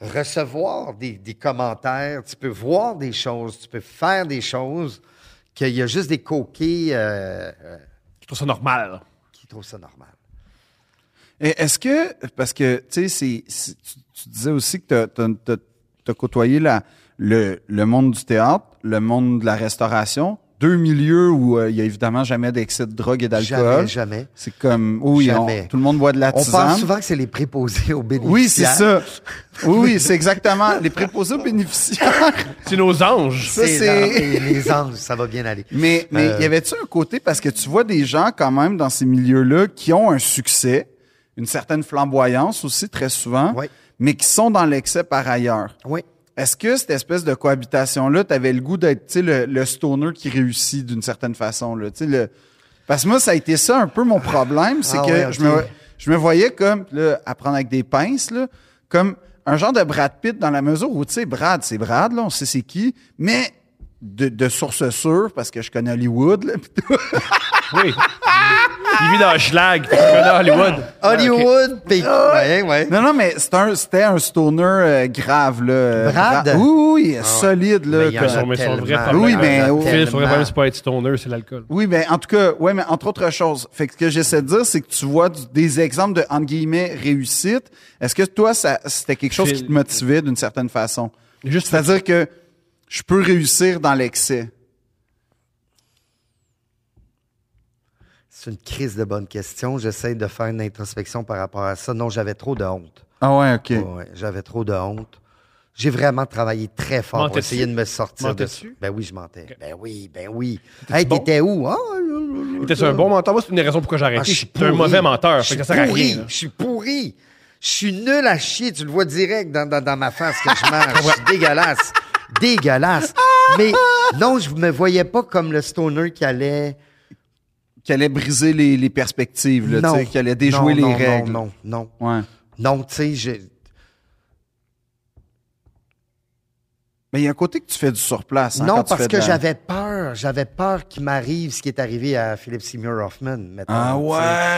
D: recevoir des, des commentaires. Tu peux voir des choses. Tu peux faire des choses. Qu'il y a juste des coquets euh, euh,
C: Je trouve ça normal. là.
D: qui trouvent ça normal.
B: Et est-ce que, parce que, tu sais, c'est- c'est- tu, tu disais aussi que t'as- t'as- t'as t'as côtoyé la, le, le monde du théâtre, le monde de la restauration, deux milieux où euh, il y a évidemment jamais d'excès de drogue et d'alcool.
D: Jamais, jamais.
B: C'est comme, oh, oui, on-
D: Jamais.
B: tout le monde boit de la
D: On
B: tisane.
D: pense souvent que c'est les préposés aux bénéficiaires.
B: Oui, c'est ça. Oui, oui, c'est exactement. Les préposés aux bénéficiaires.
C: C'est nos anges.
B: Ça,
D: C'est
B: c'est-
D: dans- et les anges, ça va bien aller.
B: Mais, mais
D: Euh,
B: y avait-tu un côté, parce que tu vois des gens quand même dans ces milieux-là qui ont un succès, une certaine flamboyance aussi très souvent,
D: Oui.
B: mais qui sont dans l'excès par ailleurs.
D: Oui.
B: Est-ce que cette espèce de cohabitation-là, t'avais le goût d'être tu sais, le, le stoner qui réussit d'une certaine façon? Là, tu sais, le... Parce que moi, ça a été ça un peu mon problème, c'est
D: Ah
B: que
D: ouais, ok.
B: je, me, je me voyais comme, là, à prendre avec des pinces, là, comme un genre de Brad Pitt dans la mesure où, tu sais, Brad, c'est Brad, là, on sait c'est qui, mais de, de source sûre, parce que je connais Hollywood, là, pis tout.
C: Oui. Il vit dans le schlag. Il vit dans Hollywood.
D: Ah, Hollywood, puis... Ouais, ouais.
B: Non, non, mais c'est un- c'était un, stoner euh, grave, là. euh,
D: Brad? Ah
B: Bra- Oui, oui, solide, là.
D: Mais il y en a
B: comme-
C: Son- mais son vrai
D: tellement.
C: problème.
B: Oui, mais-
D: Il y en a
B: au-
C: Phil, son vrai
D: tellement.
C: problème, c'est pas être stoner, c'est l'alcool.
B: Oui, ben en tout cas, ouais, mais entre autres choses. Fait que ce que j'essaie de dire, c'est que tu vois du- des exemples de entre guillemets réussite. Est-ce que toi, ça, c'était quelque chose
C: Phil-
B: qui te motivait d'une certaine façon
C: Juste
B: C'est-à-dire que je peux réussir dans l'excès.
D: C'est une crise de bonne question. J'essaie de faire une introspection par rapport à ça. Non, j'avais trop de honte.
B: Ah ouais, ok.
D: Ouais, j'avais trop de honte. J'ai vraiment travaillé très fort pour
C: Mentais-tu?
D: essayer de me sortir de ça.
C: Mentais-tu?
D: Ben oui, je mentais. Ben oui, ben oui. Hey,
C: bon?
D: t'étais où? Ah,
C: T'es un bon menteur. Moi, c'est une des raisons pourquoi j'ai
D: Ah,
C: arrêté.
D: je suis
C: T'es un
D: pourri.
C: mauvais menteur.
D: Je
C: Fait
D: suis
C: que ça sert à
D: pourri.
C: rien. là.
D: Je suis pourri. Je suis nul à chier. Tu le vois direct dans, dans, dans ma face que je mange. Je suis dégueulasse. Dégueulasse. Mais non, je me voyais pas comme le stoner qui allait.
B: Qu'elle allait briser les, les perspectives, là, tu
D: non.
B: sais, qu'elle allait déjouer
D: Non,
B: les
D: non,
B: règles.
D: Non, non, non.
B: Ouais.
D: Non, tu sais, j'ai-
B: Mais il y a un côté que tu fais du surplace. hein,
D: non,
B: quand tu
D: parce
B: fais
D: que
B: de la-
D: j'avais peur. J'avais peur qu'il m'arrive ce qui est arrivé à Philip Seymour Hoffman. mettons,
B: Ah
D: tu sais.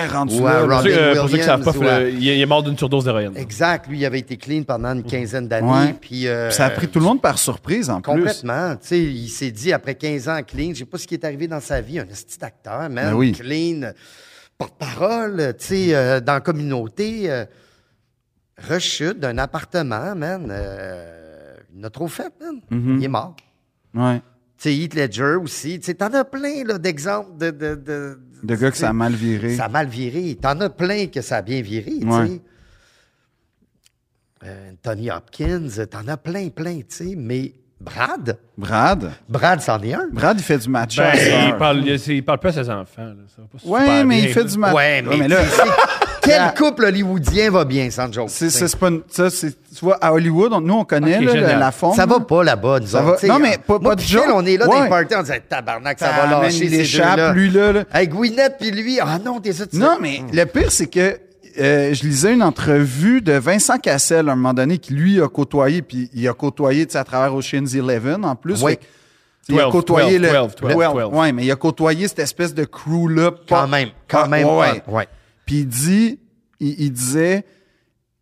B: ouais, rendu
D: Ouais,
B: là, là.
D: Rob-
C: Pour ceux, euh, pour ceux qui
D: Williams,
C: savent pas,
D: ouais.
C: euh, il, est, il est mort d'une surdose d'héroïne.
D: Exact. Lui, il avait été clean pendant une quinzaine
B: Ouais.
D: d'années. Puis, euh,
B: Puis Ça a pris tout le monde par surprise, en plus.
D: Complètement. Tu sais, il s'est dit, après 15 ans clean, je sais pas ce qui est arrivé dans sa vie, un petit acteur, man,
B: Ben oui.
D: clean, euh, porte-parole, tu sais, euh, dans la communauté, euh, rechute d'un appartement, man. euh, il en a trop fait, man.
B: Mm-hmm.
D: Il est mort.
B: Ouais.
D: Tu sais, Heath Ledger aussi. Tu sais, t'en as plein, là, d'exemples de... De, de,
B: De gars que
D: tu
B: ça a
D: sais,
B: mal viré.
D: Ça a mal viré. T'en as plein que ça a bien viré, tu
B: Ouais.
D: sais. Euh, Tony Hopkins, t'en as plein, plein, tu sais. Mais Brad...
B: Brad?
D: Brad, c'en est un.
B: Brad, il fait du match.
C: Ben,
B: à cette
C: il,
B: heure.
C: parle, il, il parle plus à ses enfants. là. Ça va pas super
B: Ouais, mais
C: bien,
B: il fait
C: là.
B: du match.
D: Ouais, mais
B: là,
D: tu sais, Quel couple hollywoodien va bien sans joke?
B: c'est,
D: tu sais?
B: c'est, c'est pas une- ça, c'est- tu vois, à Hollywood, on- nous, on connaît
C: Ok,
B: là, le-
C: génial.
B: la forme.
D: Ça va pas là-bas, nous
B: Ça
D: autres,
B: va-
D: tu sais,
B: non, mais
D: hein.
B: pas-
D: Moi
B: pas de
D: pis Phil,
B: joke.
D: on est là dans
B: Ouais.
D: les parties, on disait tabarnak, ça
B: Ça
D: va
B: amène,
D: lâcher
B: il
D: ces
B: échappe,
D: deux-là.
B: lui, là, là.
D: Hey, Gwyneth puis lui, ah non, t'es ça, tu
B: Non,
D: sais.
B: mais le pire, c'est que euh, je lisais une entrevue de Vincent Cassel à un moment donné qui, lui, a côtoyé, puis il a côtoyé tu sais, à travers Ocean's Eleven en plus.
D: Oui.
B: Fait que il a
C: 12,
B: côtoyé
C: 12,
B: le.
C: 12, 12, 12.
B: Ouais, mais il a côtoyé cette espèce de crew-là.
D: Quand
B: pas-
D: même, quand
B: Ah,
D: même.
B: ouais.
D: ah, ouais.
B: Puis il dit, il, il disait,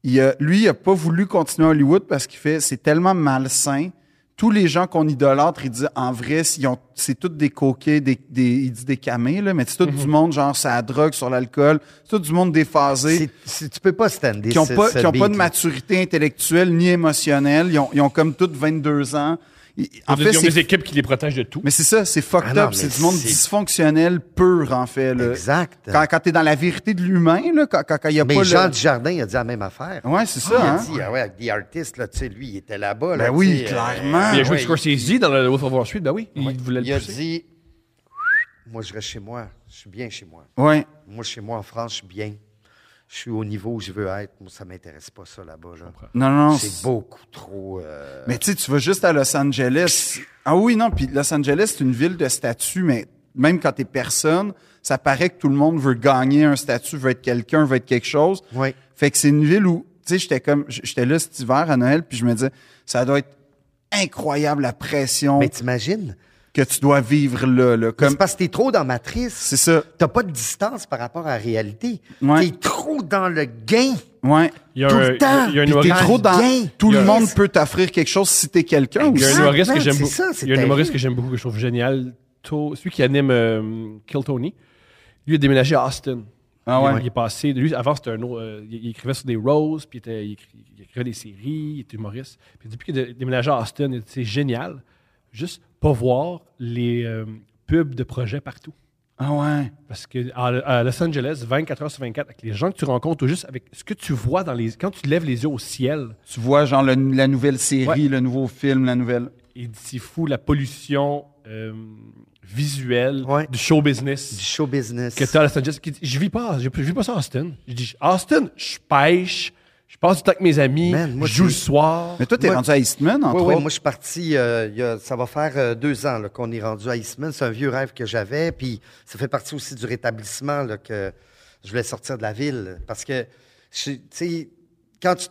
B: il a- lui, il a pas voulu continuer à Hollywood parce qu'il fait, c'est tellement malsain. Tous les gens qu'on idolâtre, il dit, en vrai, s'ils ont- c'est tous des coquets, des, des- il dit des camés, là, mais c'est
D: Mhm.
B: tout du monde, genre, ça la drogue, sur l'alcool, c'est tout du monde déphasé,
D: C'est- c'est- Tu peux pas stander
B: qui ont
D: ce-
B: pas,
D: ce
B: qui ont pas de
D: beat-là.
B: maturité intellectuelle ni émotionnelle, ils ont, ils ont comme toutes 22 ans. Ils-
C: Ils
B: en
C: ont
B: fait,
C: des- ils ont
B: c'est
C: des équipes qui les protègent de tout.
B: mais c'est ça, c'est fucked
D: Ah non,
B: up. C'est
D: mais
B: du monde
D: c'est-
B: dysfonctionnel pur, en fait. Là.
D: Exact.
B: Quand, quand t'es dans la vérité de l'humain, là, quand il n'y a
D: Mais
B: pas
D: Jean
B: le...
D: Dujardin, il a dit la même affaire.
B: Ouais, c'est
D: Il
B: ça,
D: a
B: hein?
D: dit, ah ouais, avec The Artist, là, tu sais, lui, il était là-bas. là,
B: Ben
D: tu
B: oui,
D: sais, euh,
B: clairement.
C: il a joué
D: ouais,
C: avec Scorsese dans le Wolf of Wall Street. Ben oui, il voulait
D: Il
C: le
D: a
C: pousser.
D: dit, moi, je reste chez moi. Je suis bien chez moi.
B: Ouais.
D: Moi, chez moi, en France, je suis bien. Je suis au niveau où je veux être. Moi, ça m'intéresse pas, ça, là-bas. là.
B: Non, non.
D: C'est
B: c'est-
D: beaucoup trop... euh,
B: Mais tu sais, tu vas juste à Los Angeles. Ah oui, non, puis Los Angeles, c'est une ville de statuts, mais même quand t'es personne, ça paraît que tout le monde veut gagner un statut, veut être quelqu'un, veut être quelque chose.
D: Ouais.
B: Fait que c'est une ville où, tu sais, j'étais comme, j- j'étais là cet hiver à Noël, puis je me disais, ça doit être incroyable la pression
D: Mais t'imagines?
B: que tu dois vivre là, là.
D: Mais
B: Comme,
D: C'est parce que t'es trop dans matrice.
B: c'est ça.
D: T'as pas de distance par rapport à la réalité.
B: Ouais.
D: T'es trop dans le gain.
B: Ouais.
C: Il y a
D: Tout
C: un-
D: le temps.
C: il y a un
D: Puis
B: T'es
C: humoriste-
D: Dans
B: trop
D: le
B: dans.
D: gain.
B: Tout le
D: Yes.
B: monde peut t'offrir quelque chose si t'es quelqu'un.
C: Il y a un
D: Exactement,
C: humoriste que j'aime
D: c'est
C: beaucoup.
D: ça, c'est
C: Il y a un
D: terrible.
C: humoriste que j'aime beaucoup, que je trouve génial. To- Celui qui anime euh, Kill Tony. Lui a déménagé à Austin.
B: Ah ouais?
C: Il, il est passé. Lui, avant, c'était un autre. euh, il, il écrivait sur des roses, puis il, était- il écri- il écrivait des séries, il était humoriste. Puis depuis qu'il a dé- déménagé à Austin, il- c'est génial. Juste pas voir les euh, pubs de projets partout.
B: Ah ouais.
C: Parce que à, à Los Angeles, 24 heures sur 24, avec les gens que tu rencontres ou juste avec ce que tu vois dans les. Quand tu lèves les yeux au ciel,
B: Tu vois, genre, le- la nouvelle série,
C: Ouais.
B: le nouveau film, la nouvelle.
C: il dit, c'est fou la pollution euh, visuelle
D: Ouais.
C: du show business
D: Du show business.
C: que t'as à Los Angeles. Qui dit, Je vis pas, je, je vis pas ça à Austin. Je dis Austin, je pêche, je passe du temps avec mes amis,
D: Man, moi,
C: je joue
D: je-
C: le soir.
B: Mais toi, t'es
D: Moi-
B: rendu à Eastman, entre
D: Oui, oui,
B: autres.
D: moi je suis parti, euh, il y a- ça va faire euh, deux ans là, qu'on est rendu à Eastman. C'est un vieux rêve que j'avais, puis ça fait partie aussi du rétablissement là, que je voulais sortir de la ville. Parce que, je- tu sais, quand tu,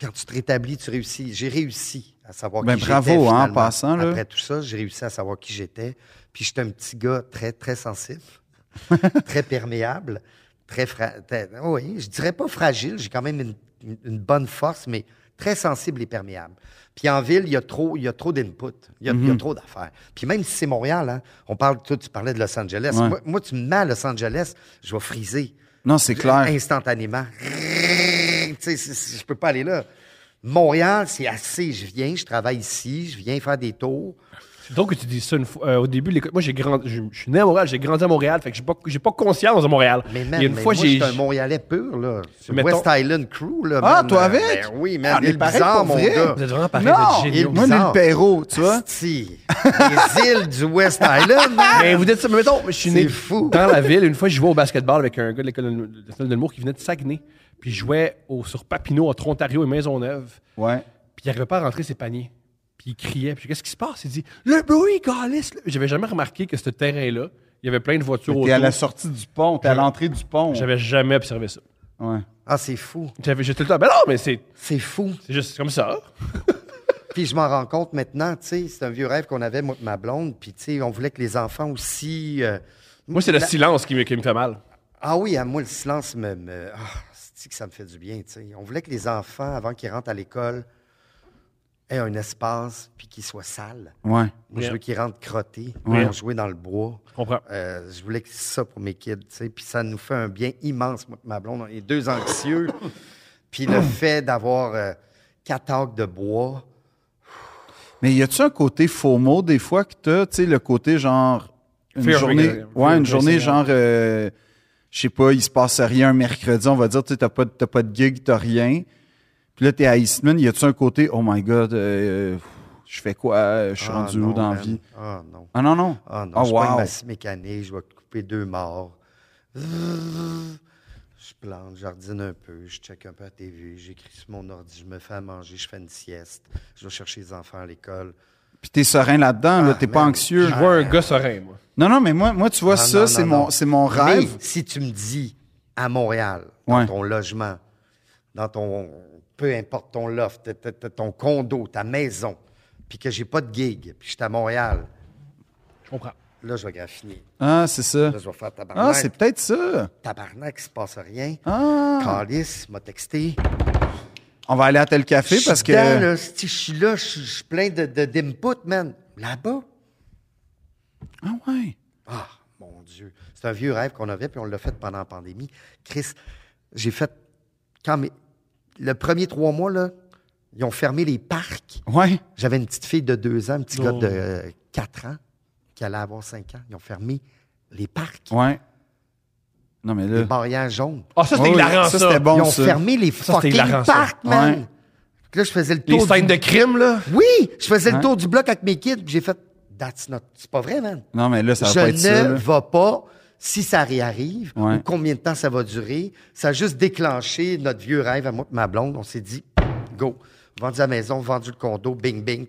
D: quand tu te rétablis, tu réussis. J'ai réussi à savoir
B: Ben,
D: qui j'étais.
B: bravo, hein, en
D: finalement.
B: passant, là.
D: Après tout ça, j'ai réussi à savoir qui j'étais. Puis j'étais un petit gars très, très sensible, très perméable, très, fra- très- Oui, je dirais pas fragile, j'ai quand même une, une- une bonne force, mais très sensible et perméable. Puis en ville, il y a trop, il y a trop d'input, il y a, il y a
B: Mhm.
D: trop d'affaires. Puis même si c'est Montréal, hein, on parle, toi, tu parlais de Los Angeles.
B: Ouais.
D: Moi, moi, tu me mets à Los Angeles, je vais friser
B: Non, c'est clair.
D: instantanément. Tu sais, c'est- c'est- je peux pas aller là. Montréal, c'est assez. Je viens, je travaille ici, je viens faire des tours.
C: C'est drôle que tu dis ça une fois. euh, au début, l'école- moi, j'ai grandi, je, je suis né à Montréal, j'ai grandi à Montréal, fait que j'ai pas, j'ai pas conscience de Montréal.
D: Mais
C: Il y
D: man,
C: a une
D: mais
C: fois,
D: moi,
C: j'ai-
D: j'étais un Montréalais pur, là. C'est
C: Mettons-
D: West Island Crew, là.
B: Ah,
D: man.
B: toi avec?
D: Ben oui, man.
B: Ah, on est
D: L'île
B: pareil
D: bizarre,
B: pour
D: mon
B: vrai.
D: gars.
C: vous êtes vraiment pareil,
B: Non!
C: vous êtes
D: il-
C: géniaux.
B: Moi, on est le
D: bizarre.
B: Perrault, tu vois.
D: Asti, les îles du West Island, man.
C: Mais vous dites ça, mais mettons, je suis né
D: C'est fou.
C: dans la ville. Une fois, je jouais au basketball avec un gars de l'école nationale de l'humour qui venait de Saguenay. Puis je jouais au, sur Papineau, entre Ontario et Maisonneuve.
B: Ouais.
C: Puis il n'arrivait pas à rentrer ses paniers. Puis il criait. Puis je dis, qu'est-ce qui se passe? Il dit, le bruit, Calis! le- J'avais jamais remarqué que ce terrain-là, il y avait plein de voitures
B: T'es à
C: autour.
B: la sortie du pont, t'es à l'entrée du pont.
C: J'avais jamais observé ça.
B: Ouais.
D: Ah, c'est fou.
A: J'avais, j'étais tout le temps, ben non, mais c'est,
D: C'est fou.
A: c'est juste comme ça.
D: Puis je m'en rends compte maintenant, tu sais, c'est un vieux rêve qu'on avait, moi et ma blonde, puis tu sais, on voulait que les enfants aussi... euh,
A: Moi, c'est le
D: la-
A: silence qui me, qui me fait mal.
D: Ah oui, à moi, le silence me. me- ah, c'est-tu que ça me fait du bien, tu sais. On voulait que les enfants, avant qu'ils rentrent à l'école, aient un espace puis qu'ils soient sales.
B: Ouais.
D: Moi,
A: Yeah.
D: je veux qu'ils rentrent crottés,
A: Ouais.
D: ils vont jouer dans le bois.
A: Je comprends.
D: Euh, je voulais que c'est ça pour mes kids, tu sais. Puis ça nous fait un bien immense, moi et ma blonde. On est deux anxieux. puis le fait d'avoir euh, quatre arcs de bois.
B: Mais y a-tu un côté faux mot des fois que t'as, tu sais, le côté genre une
A: Fear of
B: journée,
A: regret. Fear
B: ouais,
A: of
B: une journée
A: missing out.
B: genre, euh, je sais pas, il se passe rien un mercredi, on va dire, tu sais, t'as pas, de- t'as pas de gig, t'as rien. Puis là, t'es à Eastman, y a-tu un côté, oh my god, euh, je fais quoi, euh, je suis
D: Ah
B: rendu
D: non,
B: où dans la
D: man.
B: vie?
D: Ah non.
B: Ah non, non.
D: Ah non,
B: Ah,
D: je suis pas
B: wow.
D: une masse mécanique, je vais couper deux morts. Je plante, jardine un peu, je check un peu la TV, j'écris sur mon ordi, je me fais à manger, je fais une sieste, je vais chercher les enfants à l'école.
B: Puis t'es serein là-dedans, là, t'es pas
D: Ah, man.
B: anxieux.
A: Je vois un gars serein, moi.
B: Non, non, mais moi, moi tu vois,
D: Non,
B: ça,
D: non,
B: c'est
D: non,
B: mon,
D: non.
B: c'est mon
D: Mais
B: rêve.
D: si tu me dis à Montréal, dans
B: Ouais.
D: ton logement, dans ton. peu importe ton loft, t- t- t- ton condo, ta maison, puis que j'ai pas de gig, puis je suis à Montréal,
A: Je comprends.
D: là, je vais graffiner.
B: Ah, c'est ça.
D: Là, je vais faire tabarnak.
B: Ah, c'est peut-être ça.
D: Tabarnak, il se passe rien.
B: Ah.
D: Calice m'a texté.
B: On va aller à tel café parce que.
D: Je suis dedans, là, si je suis là, je suis- je suis plein de, de- d'input, man. Là-bas.
B: Ah ouais.
D: Ah, mon Dieu. C'est un vieux rêve qu'on avait, puis on l'a fait pendant la pandémie. Chris, j'ai fait. Quand mes- Le premier trois mois, là, ils ont fermé les parcs.
B: Ouais.
D: J'avais une petite fille de deux ans, un petit
A: Oh.
D: gars de euh, quatre ans, qui allait avoir cinq ans. Ils ont fermé les parcs,
B: Ouais. Non, mais
D: les
B: là.
D: barrières jaunes.
A: Ah, ça, c'était
B: Ouais,
A: hilarant,
B: ça,
A: ça.
B: c'était bon.
D: ils ont
B: ça.
D: fermé les
A: c'était
D: fucking
A: hilarant, ça.
D: parcs, man.
B: Ouais.
D: Fait que Là, je faisais le tour.
A: Les
D: du
A: scènes de crime, là.
D: Oui, je faisais
B: Hein?
D: le tour du bloc avec mes kids, puis j'ai fait That's not. C'est pas vrai, man.
B: Non, mais là, ça va
D: je
B: pas être ça.
D: ne
B: là.
D: vais pas si ça réarrive,
B: Ouais.
D: ou combien de temps ça va durer. Ça a juste déclenché notre vieux rêve à moi et ma blonde. On s'est dit Go. Vendu la maison, vendu le condo, bing, bing,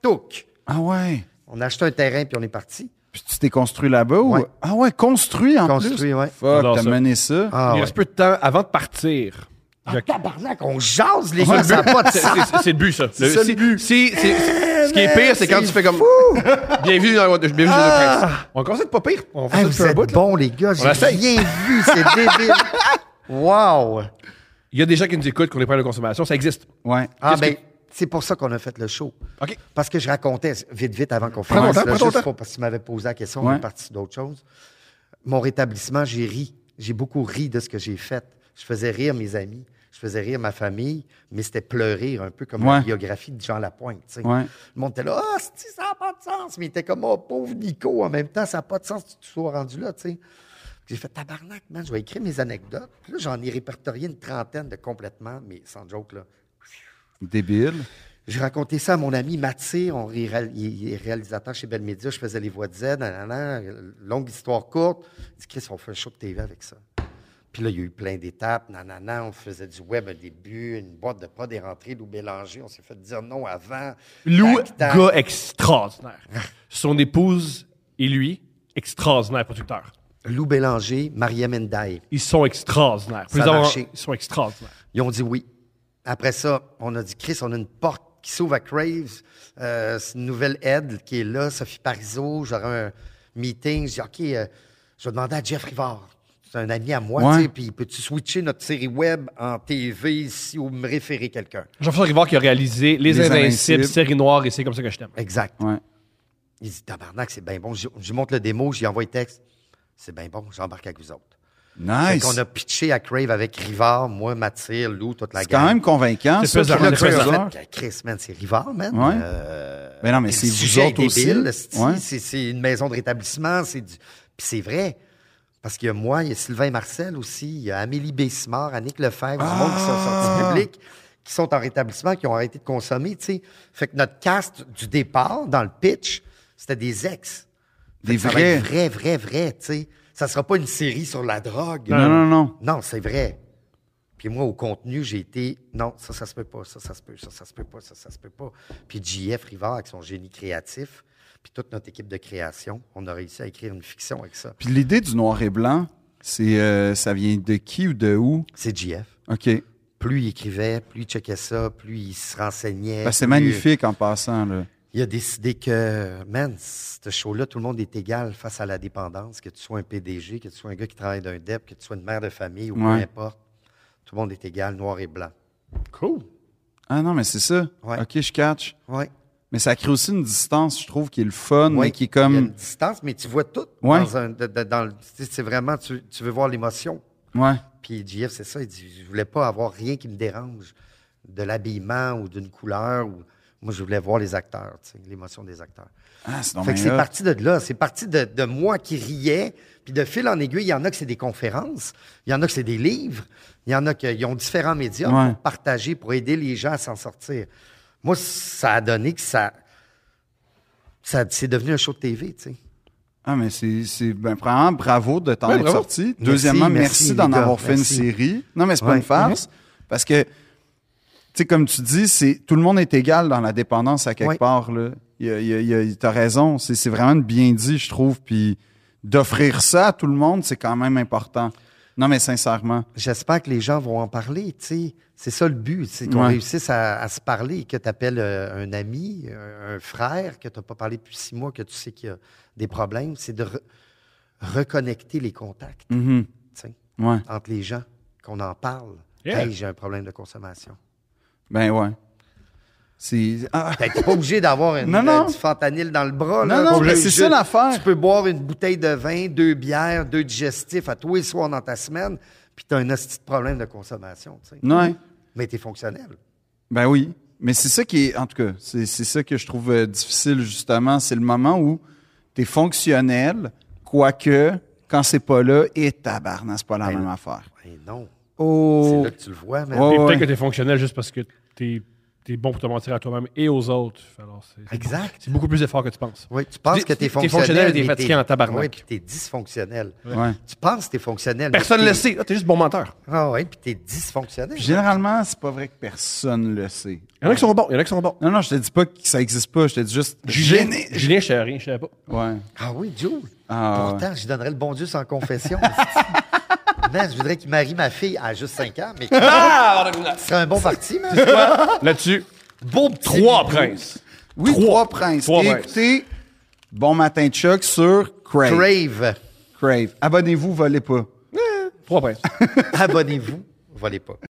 D: touc.
B: Ah ouais.
D: On a acheté un terrain, puis on est parti.
B: Puis tu t'es construit là-bas ou.
D: Ouais.
B: Ah ouais, construit en
D: Construit,
B: plus.
D: ouais.
B: Fuck,
A: J'adore
B: t'as
A: ça.
B: mené ça.
D: Ah,
A: Il
D: ouais. Ah,
A: reste peu de temps avant de partir. Je-
D: Tabarnak, on jase, les
A: C'est le
D: gars, ça n'a
A: but.
D: pas de
A: C'est-
D: sens.
A: c'est- c'est le but, ça. Le-
B: ça, le
A: si- si- c'est- ce qui est pire, c'est quand
D: c'est
A: tu fais comme. hein, Bienvenue dans le Bienvenue chez le prince. On commence à être pas pire. On fait
D: Hey,
A: ça depuis
D: Ah, vous
A: un
D: êtes
A: bout. là.
D: bons, les gars, j'ai
A: essaye.
D: rien vu, c'est débile. Wow!
A: Il y a des gens qui nous écoutent, qu'on les prend de consommation. Ça existe.
B: Ouais.
D: Ah,
A: Qu'est-ce
D: ben, c'est pour ça qu'on a fait le show.
A: OK.
D: Parce que je racontais vite, vite avant qu'on
A: ton
D: finisse.
A: temps,
D: là,
A: prends ton
D: juste
A: temps.
D: pour- parce que tu m'avais posé la question,
B: Ouais.
D: on est parti sur d'autres choses. Mon rétablissement, j'ai ri. J'ai beaucoup ri de ce que j'ai fait. Je faisais rire mes amis, je faisais rire ma famille, mais c'était pleurer un peu comme
B: Ouais.
D: la biographie de Jean Lapointe. tu sais.
B: Ouais.
D: Le monde était là, ah, c'est-tu, ça n'a pas de sens. Mais il était comme, oh, pauvre Nico, en même temps, ça n'a pas de sens que tu te sois rendu là. tu sais. J'ai fait tabarnak, man, je vais écrire mes anecdotes. Puis là, j'en ai répertorié une trentaine de complètement, mais sans joke, là.
B: Débile.
D: J'ai raconté ça à mon ami Mathé, on ré- ré- il est réalisateur chez Belle Média, je faisais les voix de Z, nanana, longue histoire courte. Il dit, Chris, on fait un show de TV avec ça. Puis là, il y a eu plein d'étapes, nanana, on faisait du web au début, une boîte de pas des rentrées, Lou Bélanger, on s'est fait dire non avant.
A: Lou,
D: Tac, tac.
A: gars extraordinaire. Son épouse et lui, extraordinaires producteurs.
D: Lou Bélanger, Maria Mendaï.
A: Ils sont extraordinaires. Faut
D: Ça a
A: les avoir-
D: marché.
A: Ils sont extraordinaires.
D: Ils ont dit oui. Après ça, on a dit, Chris, on a une porte qui s'ouvre à Craves. Euh, c'est une nouvelle aide qui est là, Sophie Parizeau. J'aurai un meeting. J'ai dit, OK, euh, je vais demander à Jeff Rivard. C'est un ami à moi,
B: Ouais.
D: tu sais, puis peux-tu switcher notre série web en TV si ou me référer quelqu'un?
A: Jean-François Rivard qui a réalisé Les,
B: Les Invincibles.
A: Invincibles, Série Noire et C'est comme ça que je t'aime.
D: Exact.
B: Ouais.
D: Il dit, tabarnak, c'est bien bon. Je je monte le démo, j'y envoie le texte. C'est bien bon, j'embarque avec vous autres.
B: Nice.
D: on a pitché à Crave avec Rivard, moi, Mathilde, Lou, toute la
B: C'est quand même convaincant.
A: C'est
B: ça,
A: pesant,
B: puis là,
A: c'est
B: tu fais
A: pesant.
B: genre-
D: Fait que Chris, man, c'est Rivard, man.
B: Ouais.
D: Euh,
B: Ben non, mais
D: puis
B: c'est
D: le
B: vous
D: sujet est
B: autres aussi.
D: débile, le sti-
B: Ouais.
D: C'est c'est une maison de rétablissement. c'est du- Puis c'est vrai. Parce qu'il y a moi, il y a Sylvain Marcel aussi, il y a Amélie Bessimard, Annick Lefebvre, du monde qui sont sortis
B: Ah!
D: publics, qui sont en rétablissement, qui ont arrêté de consommer, tu sais. Fait que notre cast du départ, dans le pitch, c'était des ex. Fait
B: Des
D: que ça va être
B: vrais.
D: vrai, vrai, vrai, tu sais. Ça sera pas une série sur la drogue.
B: Non, non, non.
D: Non, c'est vrai. Puis moi, au contenu, j'ai été. Non, ça, ça se peut pas, ça, ça se peut, ça, ça se peut pas, ça, ça se peut pas. Puis JF Rivard, avec son génie créatif, puis toute notre équipe de création, on a réussi à écrire une fiction avec ça.
B: Puis l'idée du noir et blanc, C'est, euh, ça vient de qui ou de où?
D: C'est JF.
B: OK. Ben,
D: Plus il écrivait, plus il checkait ça, plus il se renseignait.
B: Ben, c'est
D: plus-
B: magnifique en passant. Là.
D: Il a décidé que, man, ce show-là, tout le monde est égal face à la dépendance, que tu sois un PDG, que tu sois un gars qui travaille d'un DEP, que tu sois une mère de famille ou
B: Ouais.
D: peu importe. Tout le monde est égal, noir et blanc.
A: Cool.
B: Ah non, mais c'est ça.
D: Ouais.
B: OK, je catch.
D: Ouais.
B: Mais ça crée aussi une distance, je trouve, qui est le fun,
D: Ouais,
B: mais qui est
D: Il y a une
B: comme.
D: distance, mais tu vois tout.
B: Ouais.
D: Dans un, de- de- dans le- tu sais, c'est vraiment, tu, tu veux voir l'émotion.
B: Ouais.
D: Puis JF, c'est ça, il dit, je voulais pas avoir rien qui me dérange de l'habillement ou d'une couleur. Ou... Moi, je voulais voir les acteurs, tu sais, l'émotion des acteurs.
B: Ah, c'est donc
D: Fait que
B: bien
D: c'est
B: hot.
D: parti de là. C'est parti de, de moi qui riais. Puis de fil en aiguille, il y en a que c'est des conférences, il y en a que c'est des livres, il y en a qui ont différents médias
B: Ouais.
D: pour partager, pour aider les gens à s'en sortir. Moi, ça a donné que ça. ça c'est devenu un show de TV, tu sais.
B: Ah, mais c'est. c'est- Ben, premièrement, bravo de t'en
A: Ouais,
B: être
A: bravo.
B: sorti. Deuxièmement, merci,
D: merci,
B: d'en
D: les gars.
B: avoir fait
D: Merci.
B: une série. Non, mais c'est pas
D: Ouais.
B: une farce. Parce que, tu sais, comme tu dis, c'est tout le monde est égal dans la dépendance à quelque
D: Ouais.
B: part. Là. Il y a- il y a- il y a- T'as raison. C'est c'est vraiment bien dit, je trouve. Puis d'offrir ça à tout le monde, c'est quand même important. Non, mais sincèrement.
D: J'espère que les gens vont en parler, tu sais. C'est ça le but, c'est qu'on
B: Ouais.
D: réussisse à, à se parler, que tu appelles un ami, un, un frère que tu n'as pas parlé depuis six mois, que tu sais qu'il y a des problèmes. C'est de re- reconnecter les contacts,
B: Mhm.
D: tu sais.
B: Ouais.
D: entre les gens, qu'on en parle.
A: Yeah.
D: Hey, j'ai un problème de consommation.
B: Ben ouais. C'est. Ah.
D: Fait que t'es pas obligé d'avoir une,
B: Non, non.
D: du fentanyl dans le bras. là.
B: Non, non,
D: Tu
B: mais
D: peux
B: c'est
D: juste-
B: ça l'affaire.
D: Tu peux boire une bouteille de vin, deux bières, deux digestifs à tous les soirs dans ta semaine, puis t'as un hostie de problème de consommation, tu sais.
B: Ouais.
D: Mais t'es fonctionnel.
B: Ben oui. Mais c'est ça qui est, en tout cas, c'est c'est ça que je trouve euh, difficile, justement. C'est le moment où tu es fonctionnel, quoique, quand c'est pas là, et tabarnak, Ben c'est pas la même affaire.
D: Mais Ben non. C'est
B: Oh!
D: là que tu le vois, mais
B: Ouais,
A: Et
B: ouais.
A: peut-être que t'es fonctionnel juste parce que t'es es bon pour te mentir à toi-même et aux autres. Alors, c'est- c'est
D: Exact.
A: beaucoup- C'est beaucoup plus d'effort que tu penses.
D: Oui, tu penses
A: T'es-
D: que t'es
A: t'es fonctionnel,
D: fonctionnel.
A: t'es
D: mais
A: fatigué en tabarnak.
D: Oui, puis t'es dysfonctionnel.
B: Ouais.
D: Tu penses que t'es fonctionnel. mais
A: Personne
D: t'es-
A: ne le sait. Ah, T'es juste bon menteur.
D: Ah oui, puis t'es dysfonctionnel.
B: Puis Généralement, c'est pas vrai que personne le sait.
A: Il y en a qui sont bons. Il y en a qui sont bons.
B: Non, non, je te dis pas que ça existe pas, je te dis juste.
A: Julien,
B: gêné.
A: Julien je savais rien. Je savais pas.
B: Ouais.
D: Ah oui, Jules.
B: Ah,
D: Pourtant, je donnerais le bon Dieu sans confession. man, je voudrais qu'il marie ma fille à juste 5 ans, mais ce serait un bon parti, man.
A: Là-dessus, beau trois princes.
B: Oui, trois, princes.
A: Trois
B: Et
A: princes.
B: écoutez, bon matin, Chuck, sur Crave. Crave.
D: Crave,
B: Abonnez-vous, volez pas.
A: Trois princes.
D: abonnez-vous. Volez pas.